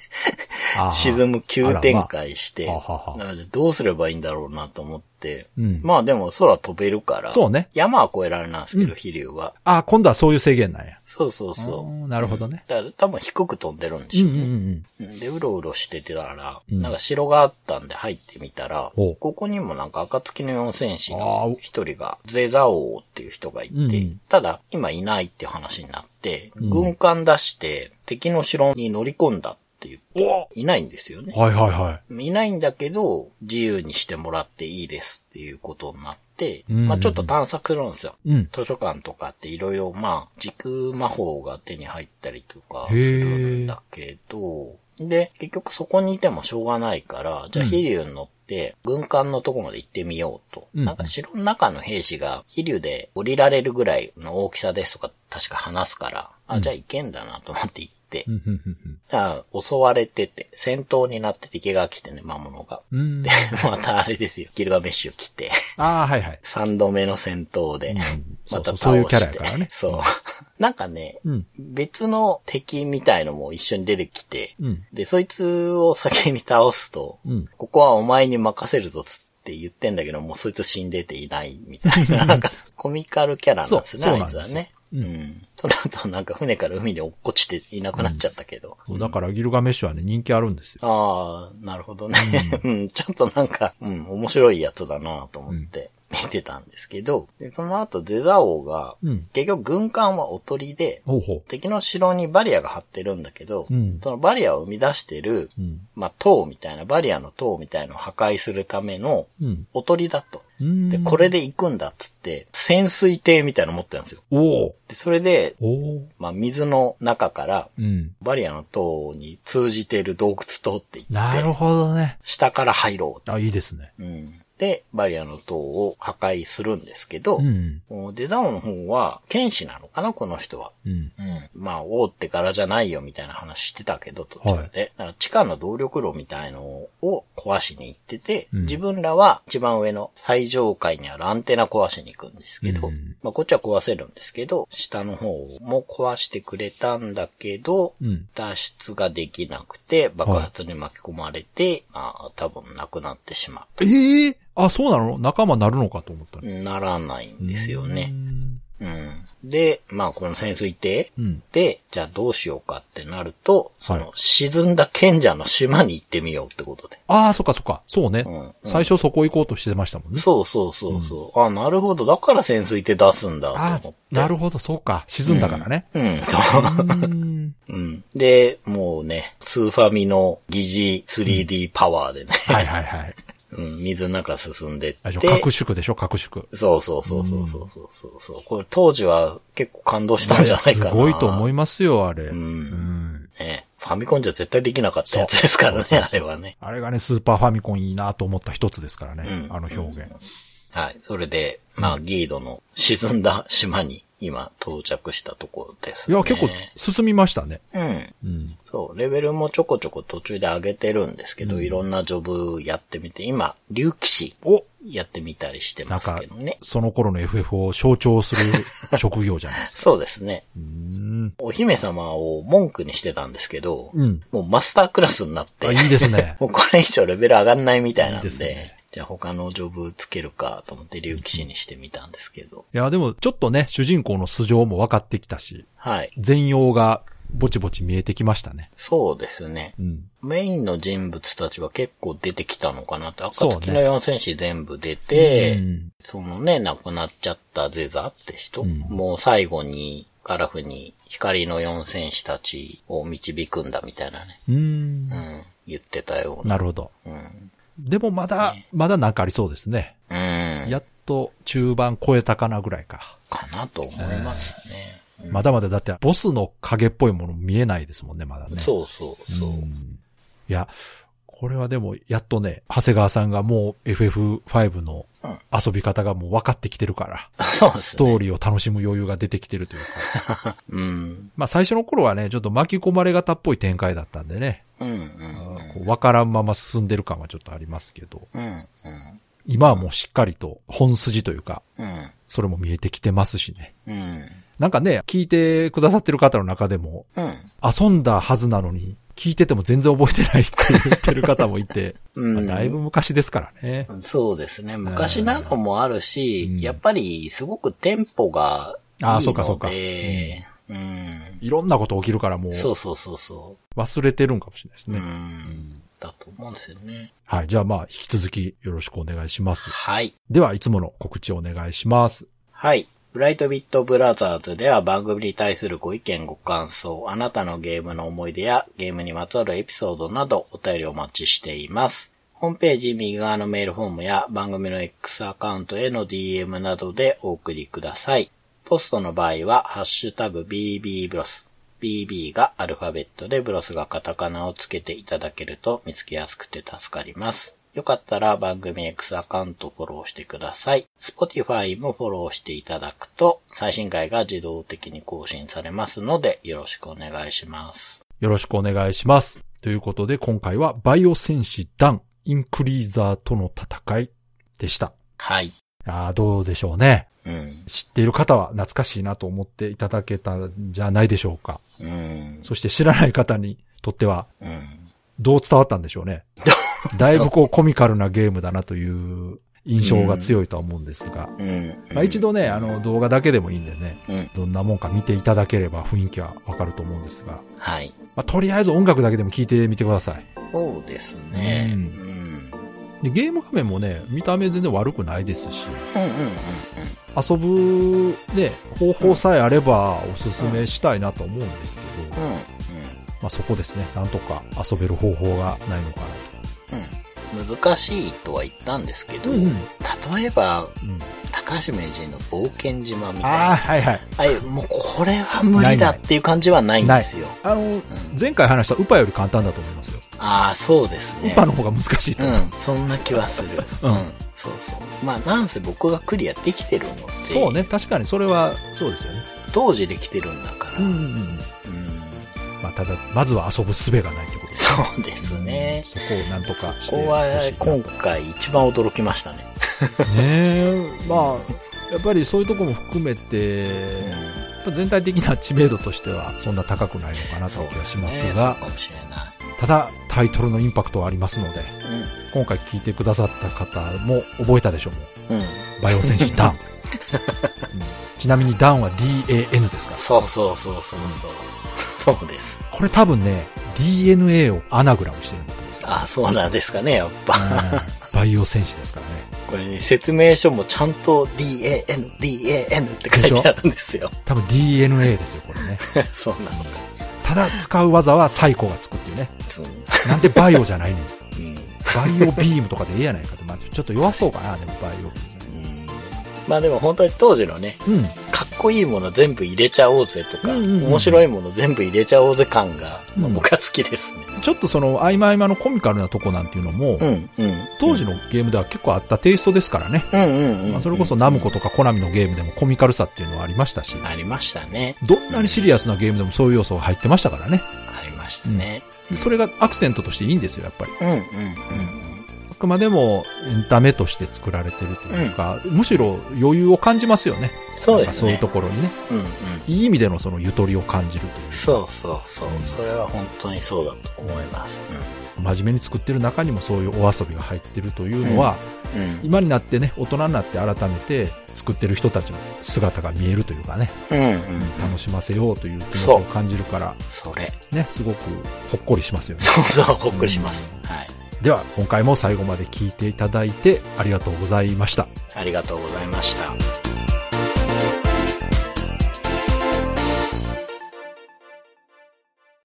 [SPEAKER 2] ああ
[SPEAKER 3] 沈む急展開して、
[SPEAKER 2] あらまあははは
[SPEAKER 3] なのでどうすればいいんだろうなと思って、
[SPEAKER 2] うん
[SPEAKER 3] まあでも空飛べるから、
[SPEAKER 2] そうね
[SPEAKER 3] 山は越えられないんですけど、飛竜は。
[SPEAKER 2] ああ、今度はそういう制限なんや。
[SPEAKER 3] そうそう
[SPEAKER 2] あ
[SPEAKER 3] そ
[SPEAKER 2] ーなるほどね
[SPEAKER 3] う。。だから多分低く飛んでるんで
[SPEAKER 2] うん
[SPEAKER 3] しょ
[SPEAKER 2] う
[SPEAKER 3] うね。
[SPEAKER 2] んうん。
[SPEAKER 3] で、うろうろしててたら、
[SPEAKER 2] うん
[SPEAKER 3] なんか城があったんで入ってみたら、
[SPEAKER 2] ほう
[SPEAKER 3] ここにもなんか暁の四戦士
[SPEAKER 2] あ
[SPEAKER 3] の
[SPEAKER 2] ー
[SPEAKER 3] 一人が、ゼザ王っていう人がいて、
[SPEAKER 2] うん
[SPEAKER 3] ただ今いないって話になって、
[SPEAKER 2] うん
[SPEAKER 3] 軍艦出して敵の城に乗り込んだって言って、いないんですよね。
[SPEAKER 2] はいはいはい
[SPEAKER 3] ないんだけど、自由にしてもらっていいですっていうことになって、
[SPEAKER 2] うん
[SPEAKER 3] まあちょっと探索するんですよ。
[SPEAKER 2] い。うん。
[SPEAKER 3] 図書館とかっていろいろまあ、時空魔法が手に入ったりとかするんだけど、で、結局そこにいてもしょうがないから、じゃあ
[SPEAKER 2] うん
[SPEAKER 3] 飛竜に乗って、軍艦のとこまで行ってみようと。
[SPEAKER 2] うん
[SPEAKER 3] なんか城の中の兵士が飛竜で降りられるぐらいの大きさですとか確か話すから、
[SPEAKER 2] う
[SPEAKER 3] あ、
[SPEAKER 2] ん
[SPEAKER 3] じゃあ行けんだなと思って行って、
[SPEAKER 2] うんうんうん
[SPEAKER 3] じゃあ襲われてて、戦闘になって敵が来てね、魔物が。
[SPEAKER 2] うん。うん。
[SPEAKER 3] またあれですよ、ギルガメッシュ来て。
[SPEAKER 2] ああ、はいはい。
[SPEAKER 3] 三度目の戦闘で、
[SPEAKER 2] そう
[SPEAKER 3] また倒して。
[SPEAKER 2] そういうキャラやからね
[SPEAKER 3] そう。 なんかね、
[SPEAKER 2] うん。
[SPEAKER 3] 別の敵みたいのも一緒に出てきて、
[SPEAKER 2] うん。
[SPEAKER 3] で、そいつを先に倒すと、
[SPEAKER 2] うん。
[SPEAKER 3] ここはお前に任せるぞっつって言ってんだけど、もうそいつ死んでていないみたいな、なんかコミカルキャラなんですね、
[SPEAKER 2] そう
[SPEAKER 3] あ
[SPEAKER 2] そうないん
[SPEAKER 3] つ
[SPEAKER 2] ですよ
[SPEAKER 3] はね。
[SPEAKER 2] う
[SPEAKER 3] うんん。その後なんか船から海に落っこちていなくなっちゃったけど。
[SPEAKER 2] そうだからギルガメッシュはね、人気あるんですよ。
[SPEAKER 3] ああ、なるほどね。うん、ちょっとなんか、うん、面白いやつだなと思って見てたんですけど、でその後デザ王が、
[SPEAKER 2] うん。
[SPEAKER 3] 結局軍艦はおとりで、
[SPEAKER 2] ほうほ
[SPEAKER 3] 敵の城にバリアが張ってるんだけど、
[SPEAKER 2] うん
[SPEAKER 3] そのバリアを生み出してる、
[SPEAKER 2] う。うん。
[SPEAKER 3] まあ、塔みたいな、バリアの塔みたいのを破壊するための
[SPEAKER 2] うん。
[SPEAKER 3] おとりだと。
[SPEAKER 2] うん。
[SPEAKER 3] で、これで行くんだっつって、潜水艇みたいなの持ってるんですよ。
[SPEAKER 2] おー。
[SPEAKER 3] で、それで、
[SPEAKER 2] おー。
[SPEAKER 3] まあ、水の中から、
[SPEAKER 2] うん。
[SPEAKER 3] バリアの塔に通じてる洞窟通っていって、
[SPEAKER 2] なるほどね。
[SPEAKER 3] 下から入ろ
[SPEAKER 2] あ、いいですね。
[SPEAKER 3] う。うん。で、バリアの塔を破壊するんですけど、
[SPEAKER 2] うん。
[SPEAKER 3] もうデザオの方は、剣士なのかな、この人は。
[SPEAKER 2] うん。
[SPEAKER 3] うん。まあ、王って柄じゃないよみたいな話してたけど、途中で。だから地下の動力炉みたいのを壊しに行ってて、
[SPEAKER 2] うん
[SPEAKER 3] 自分らは一番上の最上階にあるアンテナ壊しに行くんですけど、
[SPEAKER 2] うん
[SPEAKER 3] まあ、こっちは壊せるんですけど、下の方も壊してくれたんだけど、
[SPEAKER 2] うん。
[SPEAKER 3] 脱出ができなくて、爆発に巻き込まれて、まあ、多分亡くなってしまっ
[SPEAKER 2] ええあ、そうなの仲間なるのかと思った
[SPEAKER 3] た。
[SPEAKER 2] ね。
[SPEAKER 3] ならないんですよね
[SPEAKER 2] う。ん。
[SPEAKER 3] うん。で、まあ、この潜水艇
[SPEAKER 2] うん。
[SPEAKER 3] で、じゃあどうしようかってなると、そ
[SPEAKER 2] はい
[SPEAKER 3] の沈んだ賢者の島に行ってみようってことで。
[SPEAKER 2] ああ、そっかそっか。そうね
[SPEAKER 3] うんうん。
[SPEAKER 2] 最初そこ行こうとしてましたもんね。
[SPEAKER 3] そうそうそうそう。あ、なるほど。だから潜水艇出すんだ
[SPEAKER 2] あ
[SPEAKER 3] と
[SPEAKER 2] あ
[SPEAKER 3] 思って。、
[SPEAKER 2] なるほど、そうか。沈んだからね。
[SPEAKER 3] うん。
[SPEAKER 2] う ん。
[SPEAKER 3] うん。で、もうね、スーファミの疑似 3D パワーでね、
[SPEAKER 2] はいはいはい。
[SPEAKER 3] うん、水の中進んでっ
[SPEAKER 2] あ
[SPEAKER 3] て
[SPEAKER 2] れ。でしょ各宿でしょ各宿。
[SPEAKER 3] そうそうそうそうそうそうそうそう、これ当時は結構感動したんじゃないかな。
[SPEAKER 2] すごいと思い
[SPEAKER 3] ま
[SPEAKER 2] ますよ、あれ。
[SPEAKER 3] うん
[SPEAKER 2] ん
[SPEAKER 3] す。ね、ファミコンじゃ絶対できなかったやつですからね、あれはね。
[SPEAKER 2] あれがね、スーパーファミコンいいなと思った一つですからね。
[SPEAKER 3] うん
[SPEAKER 2] あの表現。
[SPEAKER 3] はい。それで、まあ、ギードの沈んだ島に今到着したところです、
[SPEAKER 2] い
[SPEAKER 3] ね。
[SPEAKER 2] や、結構進みましたね。
[SPEAKER 3] うん。
[SPEAKER 2] うん。
[SPEAKER 3] そう、レベルもちょこちょこ途中で上げてるんですけど、いろんなジョブやってみて、今、竜騎士
[SPEAKER 2] お
[SPEAKER 3] やってみたりして
[SPEAKER 2] なん
[SPEAKER 3] ます
[SPEAKER 2] か
[SPEAKER 3] けどね、。
[SPEAKER 2] その頃の FF を象徴する職業じゃない ですか。
[SPEAKER 3] そうですね。
[SPEAKER 2] うん。
[SPEAKER 3] お姫様を文句にしてたんですけど、
[SPEAKER 2] うん。
[SPEAKER 3] もうマスタークラスになって。
[SPEAKER 2] あ、、いいですね
[SPEAKER 3] もうこれ以上レベル上がんないみたいなん
[SPEAKER 2] いい
[SPEAKER 3] で、
[SPEAKER 2] ですね
[SPEAKER 3] じゃあ他のジョブつけるかと思って竜騎士にしてみたんですけど、
[SPEAKER 2] いや、でも、ちょっとね、主人公の素性も分かってきたし、
[SPEAKER 3] はい。
[SPEAKER 2] 全容がぼちぼち見えてきましたね。
[SPEAKER 3] そうですね。
[SPEAKER 2] うん。
[SPEAKER 3] メインの人物たちは結構出てきたのかなって、
[SPEAKER 2] そうね
[SPEAKER 3] 暁の4戦士全部出て、
[SPEAKER 2] うん
[SPEAKER 3] そのね、亡くなっちゃったゼザって人、
[SPEAKER 2] うん
[SPEAKER 3] もう最後にガラフに光の4戦士たちを導くんだみたいなね、
[SPEAKER 2] うー。
[SPEAKER 3] うんん、言ってたような。
[SPEAKER 2] なるほど。
[SPEAKER 3] うん。
[SPEAKER 2] でもまだ、まだなんかありそうですね。
[SPEAKER 3] うん。
[SPEAKER 2] やっと中盤超えたかなぐらいか。
[SPEAKER 3] かなと思いますね。
[SPEAKER 2] まだまだだって、ボスの影っぽいもの見えないですもんね、まだね。
[SPEAKER 3] そうそうそう。
[SPEAKER 2] んいや、これはでも、やっとね、長谷川さんがもう FF5 の
[SPEAKER 3] うん
[SPEAKER 2] 遊び方がもう分かってきてるから、
[SPEAKER 3] そうです
[SPEAKER 2] スト
[SPEAKER 3] ね。
[SPEAKER 2] ーリーを楽しむ余裕が出てきてるというか。
[SPEAKER 3] うん。
[SPEAKER 2] まあ最初の頃はね、ちょっと巻き込まれ型っぽい展開だったんでね、
[SPEAKER 3] うんうん。
[SPEAKER 2] こう分からんまま進んでる感はちょっとありますけど、
[SPEAKER 3] うんうん。
[SPEAKER 2] 今はもうしっかりと本筋というか、
[SPEAKER 3] うん。
[SPEAKER 2] それも見えてきてますしね。
[SPEAKER 3] うん。
[SPEAKER 2] なんかね、聞いてくださってる方の中でも、
[SPEAKER 3] うん。
[SPEAKER 2] 遊んだはずなのに、聞いてても全然覚えてないって言ってる方もいて、
[SPEAKER 3] うん
[SPEAKER 2] まあだいぶ昔ですからね。
[SPEAKER 3] そうですね。昔なのもあるし、
[SPEAKER 2] うん
[SPEAKER 3] やっぱりすごくテンポがいいので、
[SPEAKER 2] あーそうかそうか
[SPEAKER 3] うん。
[SPEAKER 2] いろんなこと起きるからもう
[SPEAKER 3] そうそうそうそ
[SPEAKER 2] 忘れてるんかもしれないです
[SPEAKER 3] う。
[SPEAKER 2] ね。
[SPEAKER 3] うん。だと思うんですよね。
[SPEAKER 2] はい。じゃあまあ、引き続きよろしくお願いします。
[SPEAKER 3] はい。
[SPEAKER 2] では、いつもの告知をお願いします。
[SPEAKER 3] はい。ブライトビットブラザーズでは番組に対するご意見ご感想、あなたのゲームの思い出やゲームにまつわるエピソードなどお便りお待ちしています。ホームページ右側のメールフォームや番組の X アカウントへの DM などでお送りください。ポストの場合は、ハッシュタグ BB ブロス。BB がアルファベットでブロスがカタカナをつけていただけると見つけやすくて助かります。よかったら番組 X アカウントフォローしてください。Spotify もフォローしていただくと最新回が自動的に更新されますのでよろしくお願いします。
[SPEAKER 2] よろしくお願いします。ということで、今回はバイオ戦士ダン、インクリーザーとの戦いでした。
[SPEAKER 3] はい。
[SPEAKER 2] ああ、どうでしょうね。
[SPEAKER 3] うん。
[SPEAKER 2] 知っている方は懐かしいなと思っていただけたんじゃないでしょうか。
[SPEAKER 3] うん。
[SPEAKER 2] そして知らない方にとっては、
[SPEAKER 3] うん。
[SPEAKER 2] どう伝わったんでしょう ね。だいぶこうコミカルなゲームだなという印象が強いとは思うんですが。
[SPEAKER 3] うん。
[SPEAKER 2] まあ、一度ね、あの動画だけでもいいんでね、
[SPEAKER 3] うん。
[SPEAKER 2] どんなもんか見ていただければ雰囲気はわかると思うんですが。
[SPEAKER 3] はい。
[SPEAKER 2] まあ、とりあえず音楽だけでも聴いてみてください。
[SPEAKER 3] そうですね。
[SPEAKER 2] う
[SPEAKER 3] うんん。うん
[SPEAKER 2] で、ゲーム画面もね、見た目全然悪くないですし、
[SPEAKER 3] うん
[SPEAKER 2] 遊ぶね、方法さえあればおすすめしたいなと思うんですけど
[SPEAKER 3] うんう、ん。うん。
[SPEAKER 2] まあ、そこですね、なんとか遊べる方法がないのかな
[SPEAKER 3] うん。難しいとは言ったんですけ
[SPEAKER 2] と。
[SPEAKER 3] ど、
[SPEAKER 2] うん、うん。
[SPEAKER 3] 例えば、
[SPEAKER 2] うん、
[SPEAKER 3] 高橋名人の冒険島みたい
[SPEAKER 2] ああ、
[SPEAKER 3] な。
[SPEAKER 2] はいはい。
[SPEAKER 3] はい、もうこれは無理だっていう感じはないんですよ。
[SPEAKER 2] あの、前回話したウパより簡単だと思いますよ。
[SPEAKER 3] ああ、そうです
[SPEAKER 2] ウ
[SPEAKER 3] ね。
[SPEAKER 2] パの方が難しいと
[SPEAKER 3] う
[SPEAKER 2] 思う。
[SPEAKER 3] ん、そんな気はする。
[SPEAKER 2] うん
[SPEAKER 3] そうそう。まあ、なんせ僕がクリアできてるので、
[SPEAKER 2] そうね、確かにそれはそうですよね。
[SPEAKER 3] 当時できてるんだから、
[SPEAKER 2] う
[SPEAKER 3] うんん、
[SPEAKER 2] うんうん。まあ、ただ、まずは遊ぶ術がないってことです
[SPEAKER 3] そうですね。
[SPEAKER 2] そこをなんとかして
[SPEAKER 3] こ
[SPEAKER 2] ほしい
[SPEAKER 3] こ
[SPEAKER 2] な
[SPEAKER 3] は
[SPEAKER 2] と
[SPEAKER 3] 今回一番驚きましたね。
[SPEAKER 2] ねえ、まあ、やっぱりそういうとこも含めて、やっぱ全体的な知名度としてはそんな高くないのかなという気がしますが、
[SPEAKER 3] そうかもしれな
[SPEAKER 2] ただタイトルのインパクトはありますので、
[SPEAKER 3] い。
[SPEAKER 2] 今回聞いてくださった方も覚えたでしょうも
[SPEAKER 3] うん。うん。
[SPEAKER 2] う。バイオ戦士ダン、うんちなみにダンは DAN ですから。
[SPEAKER 3] そうそうそうそうそう。そうです。
[SPEAKER 2] これ多分ね、DNA をアナグラムしてるんだと思うんですよ。
[SPEAKER 3] あ、そうなんですかね、やっぱ。
[SPEAKER 2] うんバイオ戦士ですからね。
[SPEAKER 3] これね、説明書もちゃんと DAN、DAN って書いてあるんですよ。
[SPEAKER 2] 多分 DNA ですよ、これね。
[SPEAKER 3] そうなのか。
[SPEAKER 2] ただ使う技はサイコがつくっていうね。
[SPEAKER 3] そう。
[SPEAKER 2] なんでバイオじゃないねん。
[SPEAKER 3] うん。
[SPEAKER 2] バイオビームとかでええやないかって、まあ、ちょっと弱そうかな、でもバイオビー
[SPEAKER 3] うんまあでも本当に当時のね、
[SPEAKER 2] ム。
[SPEAKER 3] かっこいいもの全部入れちゃおうぜとか、
[SPEAKER 2] うんうんうん
[SPEAKER 3] 面白いもの全部入れちゃおうぜ感が、まあ
[SPEAKER 2] うん
[SPEAKER 3] 僕は好きですね。
[SPEAKER 2] うん。ちょっとその、合間合間のコミカルなとこなんていうのも、
[SPEAKER 3] ん、うん。
[SPEAKER 2] 当時のゲームでは結構あったテイストですからね。
[SPEAKER 3] うん、うん、うん。
[SPEAKER 2] まあ、それこそナムコとかコナミのゲームでもコミカルさっていうのはありましたし、
[SPEAKER 3] ありましたね。
[SPEAKER 2] どんなにシリアスなゲームでもそういう要素が入ってましたからね。
[SPEAKER 3] ありましたね。
[SPEAKER 2] でそれがアクセントとしていいんですよ、やっぱり。
[SPEAKER 3] うん、うん、うん。
[SPEAKER 2] あくまでもエンタメとして作られてるというか、むしろ余裕を感じますよね。
[SPEAKER 3] そう
[SPEAKER 2] なん
[SPEAKER 3] で
[SPEAKER 2] か
[SPEAKER 3] す
[SPEAKER 2] そういう
[SPEAKER 3] ね
[SPEAKER 2] と。ころにね。
[SPEAKER 3] うん、うん。
[SPEAKER 2] いい意味でのそのゆとりを感じるというか
[SPEAKER 3] そうそうそう。それは本当にそうだと思います。
[SPEAKER 2] 真面目に作ってる中にもそういうお遊びが入ってるというのは、
[SPEAKER 3] うん。
[SPEAKER 2] 今になってね、大人になって改めて作ってる人たちの姿が見えるというかね、
[SPEAKER 3] うん。うん。
[SPEAKER 2] 楽しませようという気持ち
[SPEAKER 3] そ
[SPEAKER 2] を
[SPEAKER 3] う
[SPEAKER 2] 感じるから、
[SPEAKER 3] それ。
[SPEAKER 2] ね、すごくほっこりしますよね。
[SPEAKER 3] そうそう、ほっくりします。はい。
[SPEAKER 2] では、今回も最後まで聞いていただいてありがとうございました。
[SPEAKER 3] ありがとうございました。